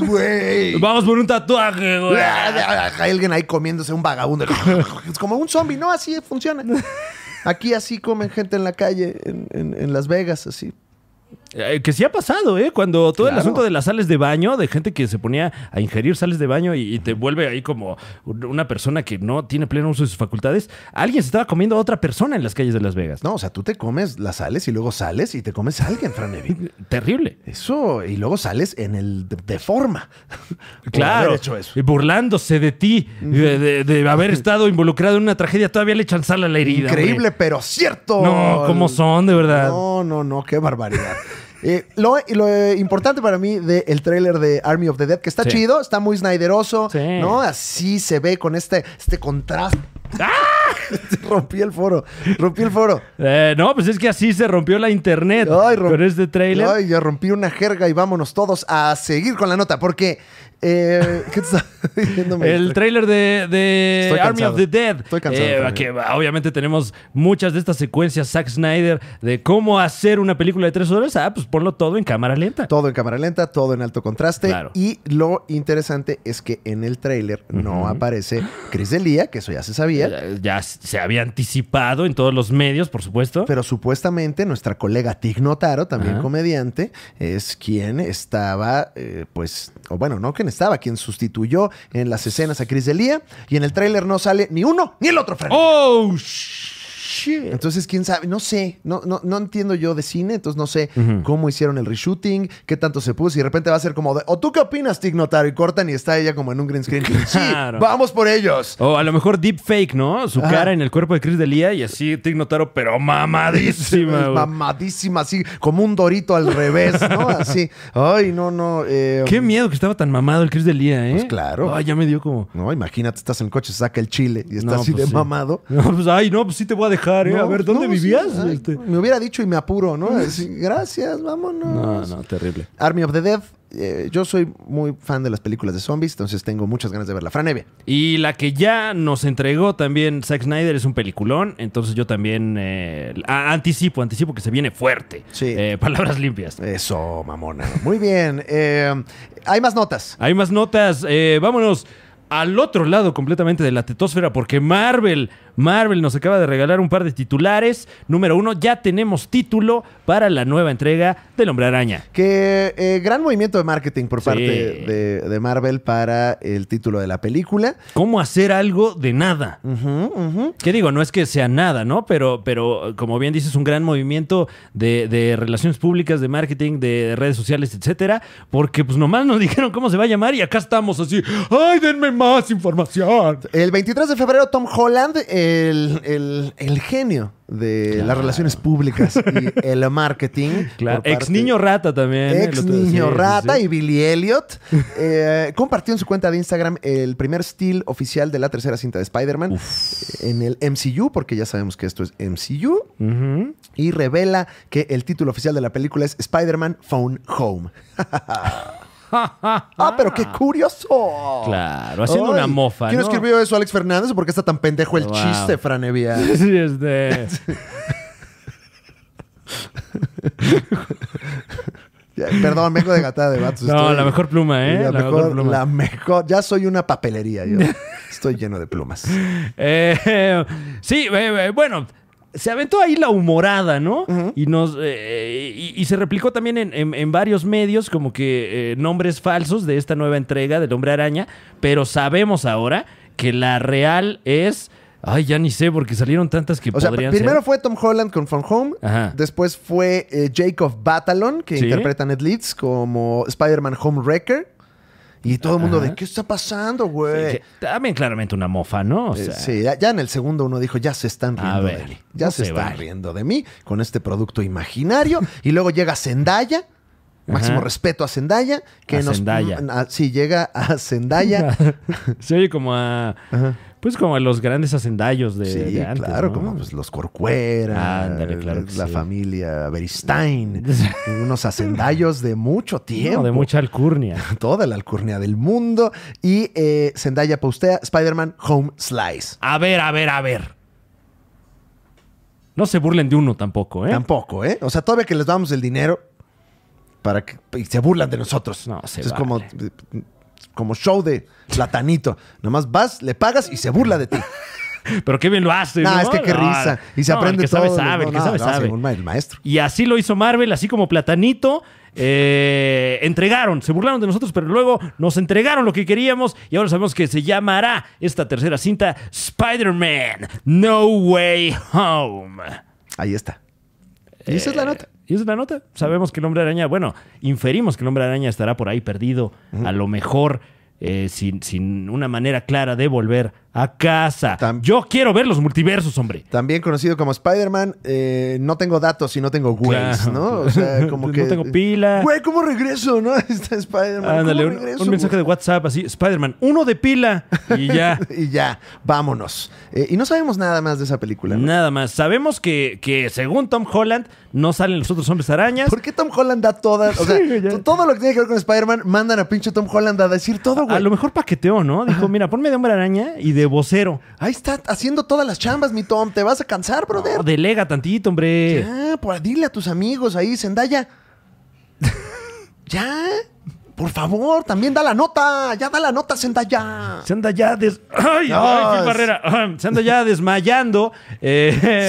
Speaker 2: güey.
Speaker 1: Vamos por un tatuaje, güey.
Speaker 2: Hay alguien ahí comiéndose un vagabundo. Es como un zombie, ¿no? Así funciona. Aquí así comen gente en la calle, en, en- en Las Vegas, así.
Speaker 1: Eh, Que sí ha pasado, ¿eh? Cuando todo el
Speaker 2: Claro.
Speaker 1: asunto de las sales de baño, de gente que se ponía a ingerir sales de baño y, y te vuelve ahí como un- una persona que no tiene pleno uso de sus facultades, alguien se estaba comiendo a otra persona en las calles de Las Vegas.
Speaker 2: No, o sea, tú te comes las sales y luego sales y te comes a alguien, Fran Evia.
Speaker 1: Terrible.
Speaker 2: Eso, y luego sales en el de, de forma. Por
Speaker 1: Claro.
Speaker 2: haber hecho eso.
Speaker 1: Y burlándose de ti, de, de- de haber estado involucrado en una tragedia, todavía le echan sal a la herida.
Speaker 2: Increíble,
Speaker 1: hombre.
Speaker 2: pero cierto.
Speaker 1: No, ¿cómo son, de verdad?
Speaker 2: No, no, no, qué barbaridad. Eh, lo, y lo, eh, importante para mí del tráiler de Army of the Dead, que está
Speaker 1: Sí.
Speaker 2: chido, está muy snideroso,
Speaker 1: Sí.
Speaker 2: ¿no? Así se ve con este, este contraste.
Speaker 1: ¡Ah!
Speaker 2: rompí el foro, rompí el foro.
Speaker 1: Eh, no, pues es que así se rompió la internet
Speaker 2: Ay, romp-
Speaker 1: con este trailer.
Speaker 2: Ay, ya rompí una jerga y vámonos todos a seguir con la nota, porque... eh, ¿Qué te estaba diciendo?
Speaker 1: El tráiler de, de
Speaker 2: Estoy
Speaker 1: Army
Speaker 2: cansado.
Speaker 1: of the Dead.
Speaker 2: Estoy cansado
Speaker 1: Eh,
Speaker 2: también.
Speaker 1: que obviamente tenemos muchas de estas secuencias, Zack Snyder, de cómo hacer una película de tres horas. Ah, pues ponlo todo en cámara lenta.
Speaker 2: Todo en cámara lenta, todo en alto contraste.
Speaker 1: Claro.
Speaker 2: Y lo interesante es que en el tráiler no aparece Chris Delia, que eso ya se sabía.
Speaker 1: Eh, Ya se había anticipado en todos los medios, por supuesto.
Speaker 2: Pero supuestamente nuestra colega Tig Notaro, también
Speaker 1: Ajá.
Speaker 2: comediante, es quien estaba, eh, pues, o bueno, no quien estaba, quien sustituyó en las escenas a Chris Delia. Y en el tráiler no sale ni uno ni el otro, Fran.
Speaker 1: ¡Oh, shit!
Speaker 2: Entonces, quién sabe, no sé, no, no, no entiendo yo de cine, entonces no sé cómo hicieron el reshooting, qué tanto se puso, y de repente va a ser como de, o tú qué opinas, Tig Notaro, y cortan y está ella como en un green screen. Sí,
Speaker 1: Claro.
Speaker 2: vamos por ellos.
Speaker 1: O a lo mejor deepfake, ¿no? Su
Speaker 2: Ajá.
Speaker 1: cara en el cuerpo de Chris Delia y así Tig Notaro, pero mamadísima.
Speaker 2: Es
Speaker 1: güey.
Speaker 2: mamadísima, así, como un dorito al revés, ¿no? Así. Ay, no, no. eh,
Speaker 1: Qué miedo que estaba tan mamado el Chris Delia, ¿eh?
Speaker 2: Pues claro.
Speaker 1: Ay, ya me dio como...
Speaker 2: No, imagínate, estás en el coche, saca el chile y estás
Speaker 1: No,
Speaker 2: así
Speaker 1: pues
Speaker 2: de
Speaker 1: sí.
Speaker 2: mamado.
Speaker 1: No, pues, ay, no, pues sí te voy a dejar, ¿eh? a
Speaker 2: No,
Speaker 1: ver, ¿dónde
Speaker 2: no, sí,
Speaker 1: vivías?
Speaker 2: ay,
Speaker 1: Este-
Speaker 2: Me hubiera dicho y me apuro, ¿no? Así, gracias,
Speaker 1: No,
Speaker 2: vámonos.
Speaker 1: Ah, no, terrible.
Speaker 2: Army of the Dead. eh, yo soy muy fan de las películas de zombies, entonces tengo muchas ganas de verla. Fran Evia.
Speaker 1: Y la que ya nos entregó también Zack Snyder es un peliculón, entonces yo también eh, a- anticipo, anticipo que se viene fuerte.
Speaker 2: Sí.
Speaker 1: Eh, palabras limpias.
Speaker 2: Eso, mamona. Muy bien. eh, hay más notas.
Speaker 1: Hay más notas, eh, vámonos al otro lado completamente de la tetosfera porque Marvel, Marvel nos acaba de regalar un par de titulares. Número uno, ya tenemos título para la nueva entrega del Hombre Araña.
Speaker 2: Que eh, gran movimiento de marketing por
Speaker 1: Sí.
Speaker 2: parte de, de Marvel para el título de la película.
Speaker 1: ¿Cómo hacer algo de nada?
Speaker 2: Ujú, ujú.
Speaker 1: Que digo, no es que sea nada, ¿no? Pero, pero como bien dices, un gran movimiento de, de relaciones públicas, de marketing, de redes sociales, etcétera, porque pues nomás nos dijeron cómo se va a llamar y acá estamos así, ¡ay, denme más información!
Speaker 2: El 23 de febrero, Tom Holland, el, el- el genio de las
Speaker 1: Claro.
Speaker 2: relaciones públicas y el marketing.
Speaker 1: Claro.
Speaker 2: por
Speaker 1: Ex
Speaker 2: parte-
Speaker 1: niño rata también. ¿eh? El
Speaker 2: Ex
Speaker 1: otro-
Speaker 2: niño
Speaker 1: sí, sí,
Speaker 2: rata
Speaker 1: sí.
Speaker 2: y Billy Elliot eh, compartió en su cuenta de Instagram el primer still oficial de la tercera cinta de Spider-Man en el MCU, porque ya sabemos que esto es MCU,
Speaker 1: Ujú.
Speaker 2: y revela que el título oficial de la película es Spider-Man Phone Home.
Speaker 1: Ja, ja, ja.
Speaker 2: ¡Ah, pero qué curioso!
Speaker 1: Claro, haciendo una
Speaker 2: Oh. Ay,
Speaker 1: mofa,
Speaker 2: ¿Quién
Speaker 1: ¿no?
Speaker 2: escribió eso, Alex Fernández? ¿Por qué está tan pendejo el
Speaker 1: Wow.
Speaker 2: chiste, Franevia?
Speaker 1: Sí, este...
Speaker 2: Perdón, vengo de gatada de vatos.
Speaker 1: No,
Speaker 2: estoy-
Speaker 1: la mejor pluma, ¿eh?
Speaker 2: La,
Speaker 1: La
Speaker 2: mejor,
Speaker 1: mejor pluma.
Speaker 2: la mejor- Ya soy una papelería. Yo estoy lleno de plumas.
Speaker 1: Eh, sí, eh, eh, bueno. Se aventó ahí la humorada, ¿no? Y nos eh, y, y se replicó también en, en- en varios medios como que eh, nombres falsos de esta nueva entrega del Hombre Araña, pero sabemos ahora que la real es, ay, ya ni sé porque salieron tantas que
Speaker 2: O sea,
Speaker 1: podrían
Speaker 2: primero
Speaker 1: ser.
Speaker 2: fue Tom Holland con From Home.
Speaker 1: Ajá.
Speaker 2: Después fue eh, Jacob Batalon, que
Speaker 1: Sí.
Speaker 2: interpreta a Ned Leeds como Spider-Man Homewrecker. Y todo el mundo,
Speaker 1: Ajá.
Speaker 2: ¿de qué está pasando, güey?
Speaker 1: Sí, que también claramente una mofa, ¿no? O
Speaker 2: Eh,
Speaker 1: sea,
Speaker 2: sí, ya, ya en el segundo uno dijo, ya se están
Speaker 1: A
Speaker 2: riendo de
Speaker 1: ver,
Speaker 2: mí. Ya
Speaker 1: no
Speaker 2: se,
Speaker 1: se
Speaker 2: están
Speaker 1: vale.
Speaker 2: riendo de mí con este producto imaginario. y luego llega Zendaya. Máximo
Speaker 1: Ajá.
Speaker 2: respeto a Zendaya. Que
Speaker 1: A
Speaker 2: nos,
Speaker 1: Zendaya.
Speaker 2: mm, a- sí, llega a Zendaya.
Speaker 1: Se oye como a. Pues como a los grandes hacendallos de,
Speaker 2: sí,
Speaker 1: de antes,
Speaker 2: claro,
Speaker 1: ¿no?
Speaker 2: como pues, los Corcuera.
Speaker 1: Ándale, claro que
Speaker 2: la
Speaker 1: sí.
Speaker 2: familia Beristain. unos hacendallos de mucho tiempo.
Speaker 1: No, de mucha alcurnia.
Speaker 2: Toda la alcurnia del mundo. Y eh, Zendaya postea Spider-Man Home Slice.
Speaker 1: A ver, a ver, a ver. No se burlen de uno tampoco, ¿eh?
Speaker 2: Tampoco, ¿eh? O sea, todavía que les damos el dinero para que y se burlan de nosotros.
Speaker 1: No, se
Speaker 2: es
Speaker 1: vale.
Speaker 2: como, como show de platanito. Nomás vas, le pagas y se burla de ti.
Speaker 1: Pero qué bien lo hace,
Speaker 2: Nah,
Speaker 1: ¿no?
Speaker 2: es que qué
Speaker 1: No,
Speaker 2: risa. Y se
Speaker 1: no,
Speaker 2: aprende
Speaker 1: El que sabe,
Speaker 2: todo.
Speaker 1: sabe, el
Speaker 2: No,
Speaker 1: que
Speaker 2: no,
Speaker 1: sabe,
Speaker 2: no,
Speaker 1: sabe.
Speaker 2: según el maestro.
Speaker 1: Y así lo hizo Marvel, así como Platanito. eh, entregaron, se burlaron de nosotros, pero luego nos entregaron lo que queríamos y ahora sabemos que se llamará esta tercera cinta Spider-Man No Way Home.
Speaker 2: Ahí está. Y esa es
Speaker 1: Eh,
Speaker 2: la nota.
Speaker 1: Y esa es la nota. Sabemos que el hombre araña, bueno, inferimos que el hombre araña estará por ahí perdido, a lo mejor eh, sin, sin una manera clara de volver a casa.
Speaker 2: Tam-
Speaker 1: Yo quiero ver los multiversos, hombre.
Speaker 2: También conocido como Spider-Man, eh, no tengo datos y no tengo güeyes,
Speaker 1: Claro,
Speaker 2: ¿no?
Speaker 1: claro.
Speaker 2: O sea, como
Speaker 1: No
Speaker 2: que.
Speaker 1: tengo pila.
Speaker 2: Güey, ¿cómo regreso, no? Está Spider-Man.
Speaker 1: Ándale,
Speaker 2: ¿Cómo
Speaker 1: un,
Speaker 2: regreso,
Speaker 1: un mensaje
Speaker 2: güey?
Speaker 1: de Ah. WhatsApp así, Spider-Man, uno de pila y ya.
Speaker 2: Y ya, vámonos. Eh, y no sabemos nada más de esa película. ¿no?
Speaker 1: Nada más. Sabemos que, que según Tom Holland no salen los otros hombres arañas.
Speaker 2: ¿Por qué Tom Holland da todas? O sea,
Speaker 1: Sí, ya.
Speaker 2: to- todo lo que tiene que ver con Spider-Man, mandan a pinche Tom Holland a decir todo,
Speaker 1: A
Speaker 2: güey.
Speaker 1: lo mejor paqueteó, ¿no? Dijo, mira, ponme de hombre araña y de vocero.
Speaker 2: Ahí está haciendo todas las chambas, mi Tom. Te vas a cansar, brother.
Speaker 1: No, delega tantito, hombre.
Speaker 2: Ya, por, Ah, pues, dile a tus amigos ahí, Zendaya. ya, por favor, también da la nota. Ya da la nota, Zendaya.
Speaker 1: Se anda ya des... ¡Ay!
Speaker 2: No,
Speaker 1: ay, Phil
Speaker 2: es-
Speaker 1: Barrera! Ajá, Se anda ya desmayando. eh,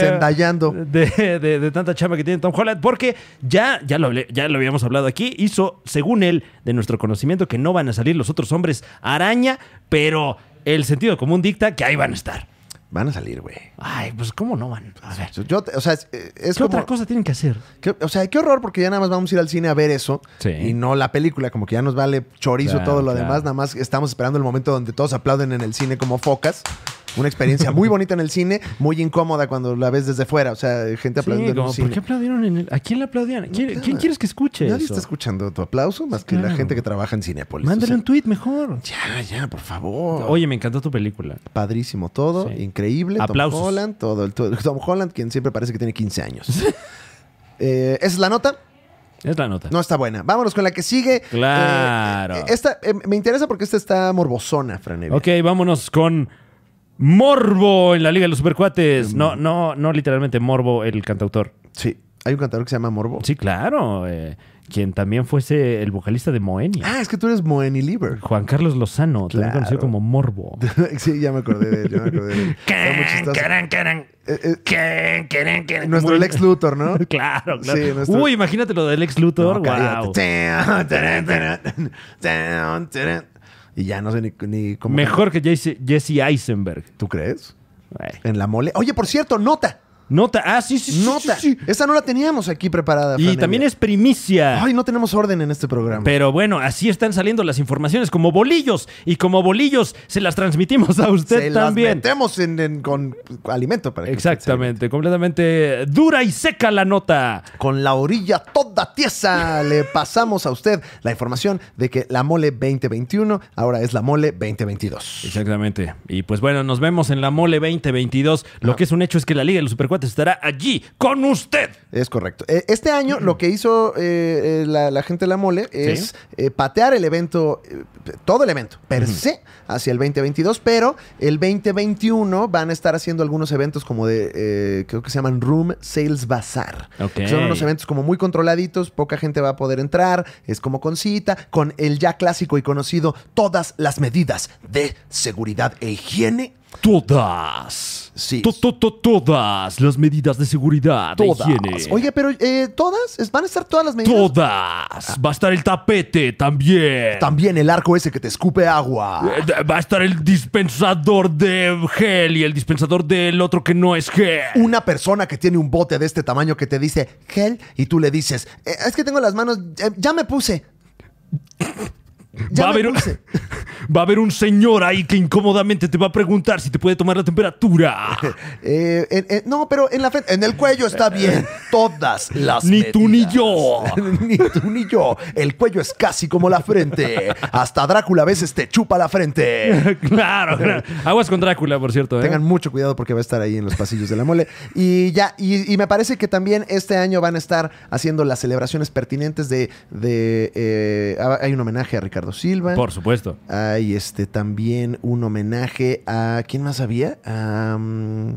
Speaker 2: Zendayando.
Speaker 1: De, de- de tanta chamba que tiene Tom Holland. Porque ya, ya, lo hablé- ya lo habíamos hablado aquí. Hizo, según él, de nuestro conocimiento, que no van a salir los otros hombres araña. Pero el sentido común dicta que ahí van a estar.
Speaker 2: Van a salir, güey.
Speaker 1: Ay, pues ¿cómo no van? A ver.
Speaker 2: Yo, te- o sea, es, es
Speaker 1: ¿Qué
Speaker 2: como...
Speaker 1: otra cosa tienen que hacer?
Speaker 2: Qué- o sea, qué horror, porque ya nada más vamos a ir al cine a ver eso
Speaker 1: Sí.
Speaker 2: y no la película, como que ya nos vale chorizo
Speaker 1: Claro,
Speaker 2: todo lo
Speaker 1: claro.
Speaker 2: demás, nada más estamos esperando el momento donde todos aplauden en el cine como focas. Una experiencia muy bonita en el cine, muy incómoda cuando la ves desde fuera, o sea,
Speaker 1: Sí,
Speaker 2: gente aplaudiendo en
Speaker 1: como,
Speaker 2: el
Speaker 1: ¿Por qué
Speaker 2: cine.
Speaker 1: aplaudieron? En el- ¿A quién le aplaudían? ¿Quién,
Speaker 2: claro.
Speaker 1: quién quieres que escuche
Speaker 2: Nadie
Speaker 1: eso?
Speaker 2: está escuchando tu aplauso más que la
Speaker 1: Claro.
Speaker 2: gente que trabaja en Cinepolis.
Speaker 1: Mándale
Speaker 2: o
Speaker 1: un tweet mejor.
Speaker 2: sea, ya, ya, por favor.
Speaker 1: Oye, me encantó tu película.
Speaker 2: Padrísimo todo,
Speaker 1: Sí.
Speaker 2: increíble.
Speaker 1: Aplausos.
Speaker 2: Tom Holland, todo el todo- Tom Holland, quien siempre parece que tiene 15 años. Eh, esa es la nota.
Speaker 1: Es la nota.
Speaker 2: No está buena. Vámonos con la que sigue.
Speaker 1: Claro.
Speaker 2: Eh, eh, esta eh, me interesa porque esta está morbosona, Franevia.
Speaker 1: Ok, vámonos con Morbo en la Liga de los Supercuates. No, no, no literalmente Morbo, el cantautor.
Speaker 2: Sí. Hay un cantador que se llama Morbo.
Speaker 1: Sí, claro. eh, quien también fuese el vocalista de Moenia.
Speaker 2: Ah, es que tú eres Moeni Lieber.
Speaker 1: Juan Carlos Lozano, también
Speaker 2: Claro.
Speaker 1: conocido como Morbo.
Speaker 2: sí, ya me acordé de él. Ya me acordé de él. Está muy chistoso. Eh, eh, nuestro
Speaker 1: Muy-
Speaker 2: Lex Luthor, ¿no?
Speaker 1: Claro, claro.
Speaker 2: Sí, nuestro-
Speaker 1: Uy, imagínate lo del ex Luthor.
Speaker 2: No,
Speaker 1: wow.
Speaker 2: cállate. Y ya no sé ni, ni cómo.
Speaker 1: Mejor que Jesse, Jesse Eisenberg.
Speaker 2: ¿Tú crees?
Speaker 1: Ay.
Speaker 2: En la mole. Oye, por cierto, nota.
Speaker 1: Nota. Ah, sí, sí, sí. sí,
Speaker 2: Nota.
Speaker 1: sí.
Speaker 2: Esa no la teníamos aquí preparada.
Speaker 1: Y
Speaker 2: Fran
Speaker 1: también
Speaker 2: Evia.
Speaker 1: es primicia.
Speaker 2: Ay, no tenemos orden en este programa.
Speaker 1: Pero bueno, así están saliendo las informaciones como bolillos. Y como bolillos se las transmitimos a usted
Speaker 2: se las
Speaker 1: también.
Speaker 2: metemos en, en- con alimento para que usted se
Speaker 1: Exactamente, completamente dura y seca la nota.
Speaker 2: alimente. Con la orilla toda tiesa le pasamos a usted la información de que la mole 2021 ahora es la mole 2022.
Speaker 1: Exactamente. Y pues bueno, nos vemos en la Mole 2022.
Speaker 2: Ah.
Speaker 1: Lo que es un hecho es que la Liga de los Supercuates estará allí con usted.
Speaker 2: Es correcto. Eh, Este año lo que hizo eh, eh, la, la gente de la mole es
Speaker 1: Sí.
Speaker 2: eh, patear el evento, eh, todo el evento, per se, hacia el 2022, pero el 2021 van a estar haciendo algunos eventos como de, eh, creo que se llaman Room Sales Bazaar.
Speaker 1: Ok.
Speaker 2: Que Son unos eventos como muy controladitos, poca gente va a poder entrar, es como con cita, con el ya clásico y conocido, todas las medidas de seguridad e higiene.
Speaker 1: Todas.
Speaker 2: Sí.
Speaker 1: To- to- to- Todas las medidas de seguridad. de
Speaker 2: Todas.
Speaker 1: higiene.
Speaker 2: Oye, pero eh, todas, Es- van a estar todas las medidas. Ah.
Speaker 1: Todas. Va a estar el tapete también.
Speaker 2: También el arco ese que te escupe agua.
Speaker 1: Eh, de- Va a estar el dispensador de gel y el dispensador del otro que no es gel.
Speaker 2: Una persona que tiene un bote de este tamaño que te dice gel y tú le dices, "Eh, es que tengo las manos, eh, ya me puse. Ya
Speaker 1: va, a
Speaker 2: me
Speaker 1: haber, un-
Speaker 2: puse.
Speaker 1: va a haber un señor ahí que incómodamente te va a preguntar si te puede tomar la temperatura.
Speaker 2: Eh, en- en- no, pero en la frente, en el cuello está bien. Todas las.
Speaker 1: Ni tú ni
Speaker 2: medidas.
Speaker 1: yo.
Speaker 2: ni tú ni yo. El cuello es casi como la frente. Hasta Drácula a veces te chupa la frente.
Speaker 1: claro, claro. Aguas con Drácula, por cierto. ¿eh?
Speaker 2: Tengan mucho cuidado porque va a estar ahí en los pasillos de la mole. Y ya, y, y me parece que también este año van a estar haciendo las celebraciones pertinentes de. de eh, ah, hay un homenaje a Ricardo Silva.
Speaker 1: Por supuesto.
Speaker 2: Hay este también un homenaje a. ¿Quién más había? A, mm,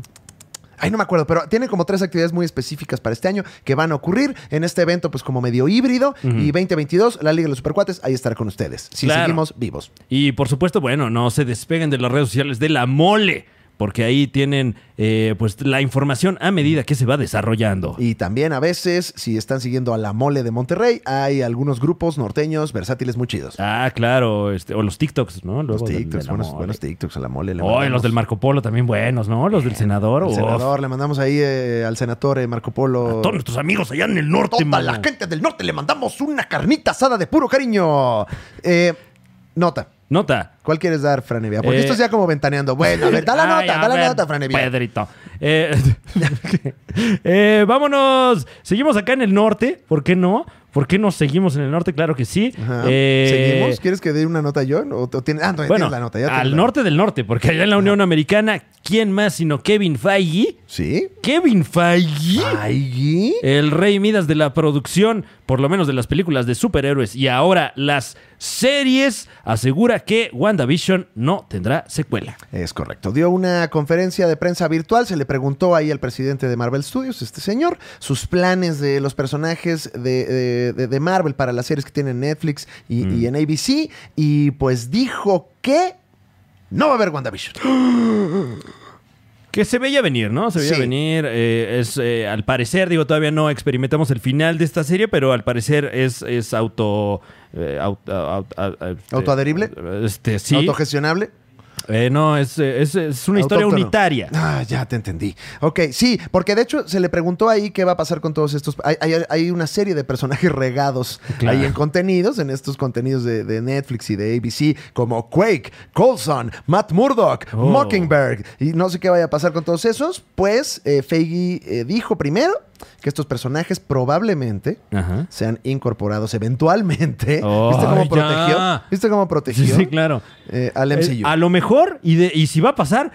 Speaker 2: Ay, no me acuerdo, pero tiene como tres actividades muy específicas para este año que van a ocurrir en este evento, pues como medio híbrido. Y 2022, la Liga de los Supercuates, ahí estará con ustedes. Si
Speaker 1: Claro.
Speaker 2: seguimos vivos.
Speaker 1: Y por supuesto, bueno, no se despeguen de las redes sociales de la mole, porque ahí tienen eh, pues la información a medida que se va desarrollando.
Speaker 2: Y también a veces, si están siguiendo a la mole de Monterrey, hay algunos grupos norteños versátiles muy chidos.
Speaker 1: Ah, claro, este, o los TikToks, ¿no?
Speaker 2: Los
Speaker 1: Luego del- de
Speaker 2: TikToks,
Speaker 1: la
Speaker 2: buenos,
Speaker 1: mole.
Speaker 2: buenos TikToks a la mole. le
Speaker 1: Oh, y los
Speaker 2: mandamos.
Speaker 1: del Marco Polo también buenos, ¿no? Los del senador.
Speaker 2: Al
Speaker 1: uf.
Speaker 2: senador, le mandamos ahí eh, al senador eh, Marco Polo.
Speaker 1: A todos nuestros amigos allá en el norte,
Speaker 2: Toda la
Speaker 1: mano.
Speaker 2: gente del norte le mandamos una carnita asada de puro cariño. Eh, nota.
Speaker 1: Nota.
Speaker 2: ¿Cuál quieres dar, Franevia? Porque
Speaker 1: Eh,
Speaker 2: esto es ya como ventaneando. Bueno, a ver, da la
Speaker 1: Ay,
Speaker 2: nota,
Speaker 1: a
Speaker 2: da la
Speaker 1: ver,
Speaker 2: nota, Franevia.
Speaker 1: Pedrito. Eh, eh, vámonos. Seguimos acá en el norte. ¿Por qué no? ¿Por qué no seguimos en el norte? Claro que sí.
Speaker 2: Ajá.
Speaker 1: Eh,
Speaker 2: ¿Seguimos? ¿Quieres que dé una nota yo? ¿O, o tienes, ah, no, ya
Speaker 1: Bueno,
Speaker 2: tienes la nota. ya tienes
Speaker 1: al
Speaker 2: la-
Speaker 1: norte del norte, porque allá en la Unión Americana, ¿quién más sino Kevin Feige?
Speaker 2: ¿Sí?
Speaker 1: ¿Kevin Feige?
Speaker 2: Ay,
Speaker 1: El rey Midas de la producción, por lo menos de las películas de superhéroes y ahora las series, asegura que WandaVision no tendrá secuela.
Speaker 2: Es correcto. Dio una conferencia de prensa virtual, se le preguntó ahí al presidente de Marvel Studios, este señor, sus planes de los personajes de, de- de- de Marvel para las series que tiene en Netflix y, y en ABC, y pues dijo que no va a haber WandaVision.
Speaker 1: Que se veía venir, ¿no? Se veía
Speaker 2: Sí.
Speaker 1: venir. eh, es, eh, al parecer, digo, todavía no experimentamos el final de esta serie, pero al parecer es, es auto. eh, auto- au- au- au- este,
Speaker 2: ¿Autoadherible?
Speaker 1: Este, sí.
Speaker 2: Autogestionable.
Speaker 1: Eh, no, es, eh, es- es una historia
Speaker 2: Autóctono.
Speaker 1: unitaria.
Speaker 2: Ah, ya te entendí. Ok, sí, porque de hecho se le preguntó ahí qué va a pasar con todos estos. Hay, hay- hay una serie de personajes regados
Speaker 1: Claro.
Speaker 2: ahí en contenidos, en estos contenidos de, de Netflix y de ABC, como Quake, Colson, Matt Murdock,
Speaker 1: Oh.
Speaker 2: Mockingbird, y no sé qué vaya a pasar con todos esos. Pues eh, Feige eh, dijo primero que estos personajes probablemente
Speaker 1: Ajá.
Speaker 2: sean incorporados eventualmente.
Speaker 1: Oh,
Speaker 2: ¿Viste cómo
Speaker 1: ya.
Speaker 2: protegió? ¿Viste cómo
Speaker 1: Sí,
Speaker 2: protegió?
Speaker 1: sí, claro.
Speaker 2: eh, al MCU.
Speaker 1: Eh, a lo mejor, y, de- y si va a pasar,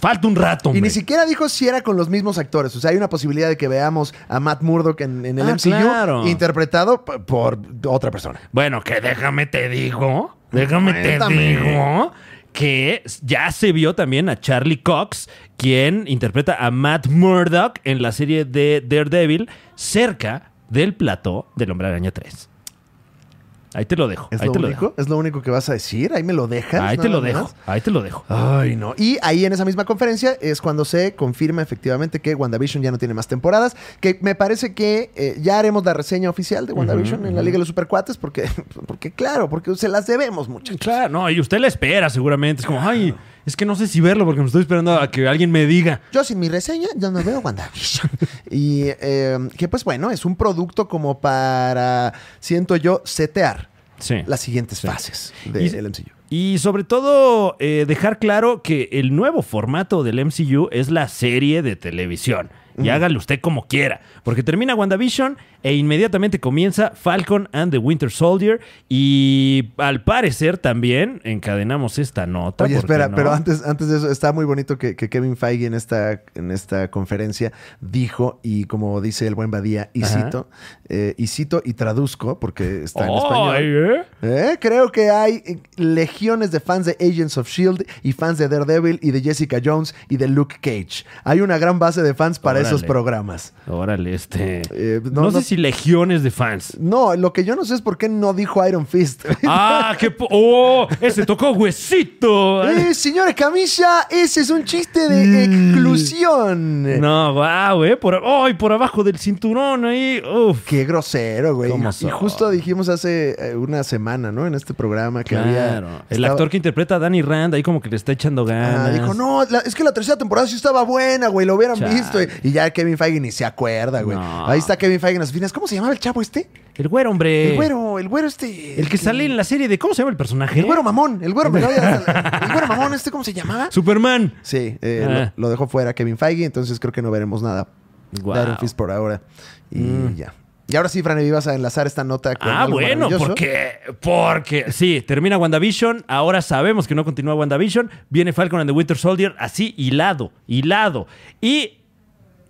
Speaker 1: falta un rato.
Speaker 2: Y
Speaker 1: hombre.
Speaker 2: ni siquiera dijo si era con los mismos actores. O sea, hay una posibilidad de que veamos a Matt Murdock en, en el
Speaker 1: Ah,
Speaker 2: MCU
Speaker 1: claro.
Speaker 2: interpretado p- por otra persona.
Speaker 1: Bueno, que déjame te digo, déjame
Speaker 2: Cuéntame.
Speaker 1: te digo que ya se vio también a Charlie Cox, quien interpreta a Matt Murdock en la serie de Daredevil, cerca del plató del Hombre Araña 3. Ahí te lo dejo.
Speaker 2: ¿Es
Speaker 1: ahí
Speaker 2: lo
Speaker 1: te lo
Speaker 2: único?
Speaker 1: dejo.
Speaker 2: ¿Es lo único que vas a decir? Ahí me lo dejas.
Speaker 1: Ahí te lo
Speaker 2: nada
Speaker 1: dejo.
Speaker 2: más?
Speaker 1: Ahí te lo dejo.
Speaker 2: Ay, no. Y ahí en esa misma conferencia es cuando se confirma efectivamente que WandaVision ya no tiene más temporadas. Que me parece que eh, ya haremos la reseña oficial de WandaVision en la Liga de los Supercuates porque, porque claro, porque se las debemos, muchachos.
Speaker 1: Claro, no, y usted la espera seguramente. Es como, ay, es que no sé si verlo porque me estoy esperando a que alguien me diga.
Speaker 2: Yo sin mi reseña ya no veo WandaVision. y eh, que pues bueno, es un producto como para, siento yo, setear
Speaker 1: Sí.
Speaker 2: las siguientes
Speaker 1: Sí.
Speaker 2: fases
Speaker 1: Y-
Speaker 2: del MCU.
Speaker 1: Y sobre todo, eh, dejar claro que el nuevo formato del MCU es la serie de televisión. Y hágale usted como quiera. Porque termina WandaVision e inmediatamente comienza Falcon and the Winter Soldier. Y al parecer también encadenamos esta nota.
Speaker 2: Oye,
Speaker 1: ¿por qué
Speaker 2: espera,
Speaker 1: no?
Speaker 2: pero antes, antes de eso, está muy bonito que, que Kevin Feige en esta, en esta conferencia dijo, y como dice el buen Badía, y
Speaker 1: Ajá.
Speaker 2: cito, eh, y cito y traduzco, porque está en
Speaker 1: Ay,
Speaker 2: español.
Speaker 1: ¿eh?
Speaker 2: Eh, Creo que hay eh, legiones de fans de Agents of Shield E y fans de Daredevil y de Jessica Jones y de Luke Cage. Hay una gran base de fans para
Speaker 1: Órale.
Speaker 2: esos programas.
Speaker 1: Órale, este.
Speaker 2: Eh,
Speaker 1: no,
Speaker 2: no,
Speaker 1: sé
Speaker 2: no-
Speaker 1: si legiones de fans.
Speaker 2: No, lo que yo no sé es por qué no dijo Iron Fist.
Speaker 1: ¡Ah, qué. po- ¡Oh! Ese tocó huesito.
Speaker 2: Eh, señores Camilla, ese es un chiste de exclusión.
Speaker 1: No, wow, eh. Por, ay, por abajo del cinturón ahí. Uf.
Speaker 2: Qué grosero, güey.
Speaker 1: ¿Cómo
Speaker 2: Y
Speaker 1: son?
Speaker 2: justo dijimos hace eh, una semana, ¿no? En este programa que había...
Speaker 1: Claro. El
Speaker 2: estaba-
Speaker 1: actor que interpreta a Danny Rand ahí como que le está echando
Speaker 2: Ah,
Speaker 1: ganas.
Speaker 2: dijo, no, la- es que la tercera temporada sí estaba buena, güey, lo hubieran
Speaker 1: Chale.
Speaker 2: visto. Y, y ya Kevin Feige ni se acuerda, güey.
Speaker 1: No.
Speaker 2: Ahí está Kevin Feige en las oficinas. máquinas. ¿Cómo se llamaba el chavo este?
Speaker 1: El güero, hombre.
Speaker 2: El güero, el güero este.
Speaker 1: Eh. El que sale en la serie de. ¿Cómo se llama el personaje?
Speaker 2: El güero mamón, el güero, el güero mamón, este, ¿cómo se llamaba?
Speaker 1: Superman.
Speaker 2: Sí, eh, lo-
Speaker 1: Ah.
Speaker 2: lo, dejó fuera Kevin Feige, entonces creo que no veremos nada.
Speaker 1: Guau. Mm.
Speaker 2: Dar un fist por ahora. Y ya. Y ahora sí, Fran, y vas a enlazar esta nota con
Speaker 1: Ah,
Speaker 2: algo
Speaker 1: bueno,
Speaker 2: maravilloso.
Speaker 1: porque, porque, sí, termina WandaVision, ahora sabemos que no continúa WandaVision, viene Falcon and the Winter Soldier, así hilado, hilado. Y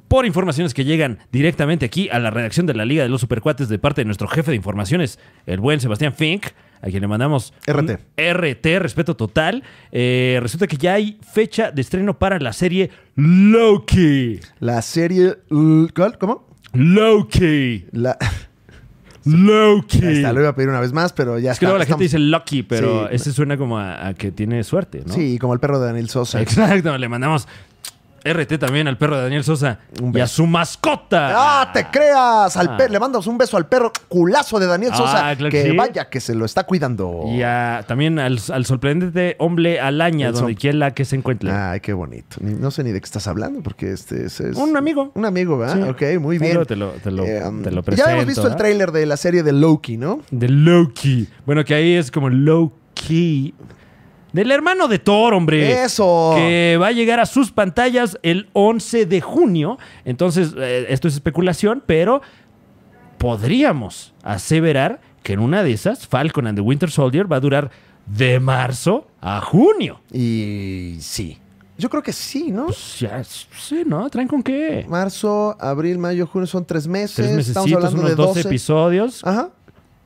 Speaker 1: por informaciones que llegan directamente aquí a la redacción de la Liga de los Supercuates de parte de nuestro jefe de informaciones, el buen Sebastián Fink, a quien le mandamos
Speaker 2: RT.
Speaker 1: un RT, respeto total. Eh, resulta que ya hay fecha de estreno para la serie Loki.
Speaker 2: La serie... L- ¿cuál? ¿Cómo?
Speaker 1: Loki.
Speaker 2: La,
Speaker 1: Loki.
Speaker 2: Hasta lo iba a pedir una vez más, pero ya
Speaker 1: Es que
Speaker 2: está,
Speaker 1: luego la
Speaker 2: estamos-
Speaker 1: gente dice lucky, pero
Speaker 2: Sí.
Speaker 1: ese suena como a, a que tiene suerte, ¿no?
Speaker 2: Sí, como el perro de Daniel Sosa.
Speaker 1: Exacto, le mandamos RT también al perro de Daniel Sosa
Speaker 2: Un
Speaker 1: y a
Speaker 2: beso.
Speaker 1: su mascota.
Speaker 2: ¡Ah, te creas! Al
Speaker 1: Ah.
Speaker 2: per- Le mandas un beso al perro culazo de Daniel
Speaker 1: Ah,
Speaker 2: Sosa.
Speaker 1: claro
Speaker 2: que
Speaker 1: que sí.
Speaker 2: vaya, que se lo está cuidando.
Speaker 1: Y a- también al, al sorprendente hombre alaña,
Speaker 2: El
Speaker 1: donde
Speaker 2: som-
Speaker 1: quiera que se encuentre.
Speaker 2: Ay, qué bonito. Ni- No sé ni de qué estás hablando, porque este es. Ah, es-
Speaker 1: Un amigo.
Speaker 2: Un amigo, ¿verdad? Ok, muy
Speaker 1: Ahí
Speaker 2: bien.
Speaker 1: luego Te lo, te lo-
Speaker 2: Eh, um,
Speaker 1: te lo
Speaker 2: ya
Speaker 1: presento.
Speaker 2: habíamos visto el
Speaker 1: ¿ah?
Speaker 2: tráiler de la serie de Loki, ¿no?
Speaker 1: De Loki. Bueno, que ahí es como Loki. Del hermano de Thor, hombre.
Speaker 2: ¡Eso!
Speaker 1: Que va a llegar a sus pantallas el 11 de junio. Entonces, eh, esto es especulación, pero podríamos aseverar que en una de esas, Falcon and the Winter Soldier va a durar de marzo a junio.
Speaker 2: Y sí. Yo creo que sí, ¿no?
Speaker 1: Pues ya, sí, ¿no? ¿Traen con qué?
Speaker 2: Marzo, abril, mayo, junio son tres meses.
Speaker 1: Tres
Speaker 2: Estamos
Speaker 1: mesecitos,
Speaker 2: hablando
Speaker 1: unos
Speaker 2: de
Speaker 1: 12
Speaker 2: 12.
Speaker 1: episodios.
Speaker 2: Ajá.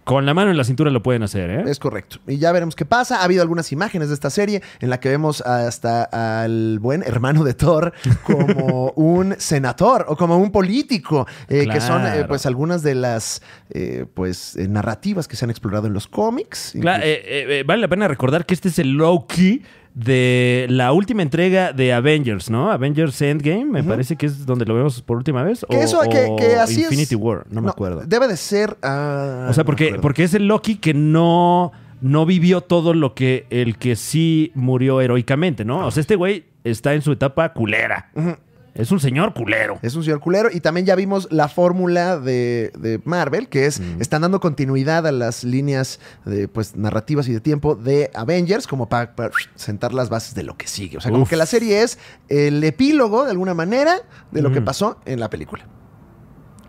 Speaker 1: Con la mano en la cintura lo pueden hacer, ¿eh?
Speaker 2: Es correcto. Y ya veremos qué pasa. Ha habido algunas imágenes de esta serie en la que vemos hasta al buen hermano de Thor como un senador o como un político, eh, que son eh,
Speaker 1: Claro.
Speaker 2: pues algunas de las eh, pues eh, narrativas que se han explorado en los cómics.
Speaker 1: Claro, eh, eh, eh, vale la pena recordar que este es el Loki de la última entrega de Avengers, ¿no? Avengers Endgame, me parece que es donde lo vemos por última vez.
Speaker 2: Que
Speaker 1: o,
Speaker 2: eso, que,
Speaker 1: o
Speaker 2: que así es-
Speaker 1: Infinity War, no, me acuerdo.
Speaker 2: Debe de ser. ah,
Speaker 1: o sea,
Speaker 2: no me
Speaker 1: porque,
Speaker 2: acuerdo.
Speaker 1: porque es el Loki que no, no vivió todo lo que el que sí murió heroicamente, ¿no? O sea, este güey está en su etapa culera. Es un señor culero.
Speaker 2: Es un señor culero. Y también ya vimos la fórmula de, de Marvel, que es, están dando continuidad a las líneas de, pues, narrativas y de tiempo de Avengers, como para, sentar las bases de lo que sigue. O sea, como
Speaker 1: Uf.
Speaker 2: que la serie es el epílogo, de alguna manera, de lo que pasó en la película.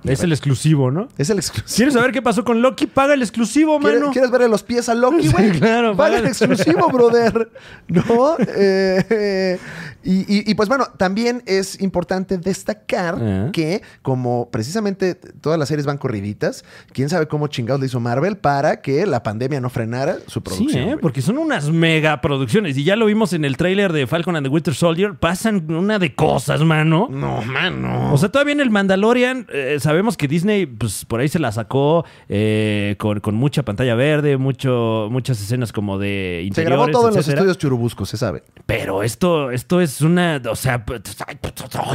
Speaker 1: Es el exclusivo, ¿no?
Speaker 2: Es el exclusivo.
Speaker 1: ¿Quieres saber qué pasó con Loki? Paga el exclusivo,
Speaker 2: ¿Quieres,
Speaker 1: mano.
Speaker 2: quieres verle los pies a Loki,
Speaker 1: Sí,
Speaker 2: güey?
Speaker 1: claro,
Speaker 2: Paga el
Speaker 1: vale.
Speaker 2: exclusivo, brother. ¿No? Eh, eh, y, y- y, pues bueno, también es importante destacar
Speaker 1: Ah.
Speaker 2: que, como precisamente todas las series van corriditas, quién sabe cómo chingados le hizo Marvel para que la pandemia no frenara su producción.
Speaker 1: Sí, ¿eh?
Speaker 2: güey.
Speaker 1: porque son unas mega producciones. Y ya lo vimos en el tráiler de Falcon and the Winter Soldier. Pasan una de cosas, mano.
Speaker 2: No, mano.
Speaker 1: O sea, todavía en el Mandalorian eh, sabemos que Disney, pues por ahí se la sacó eh, con, con mucha pantalla verde, mucho, muchas escenas como de
Speaker 2: se
Speaker 1: interiores,
Speaker 2: grabó todo en los
Speaker 1: etcétera.
Speaker 2: estudios Churubusco, se sabe.
Speaker 1: Pero esto, esto es una, o sea, pues,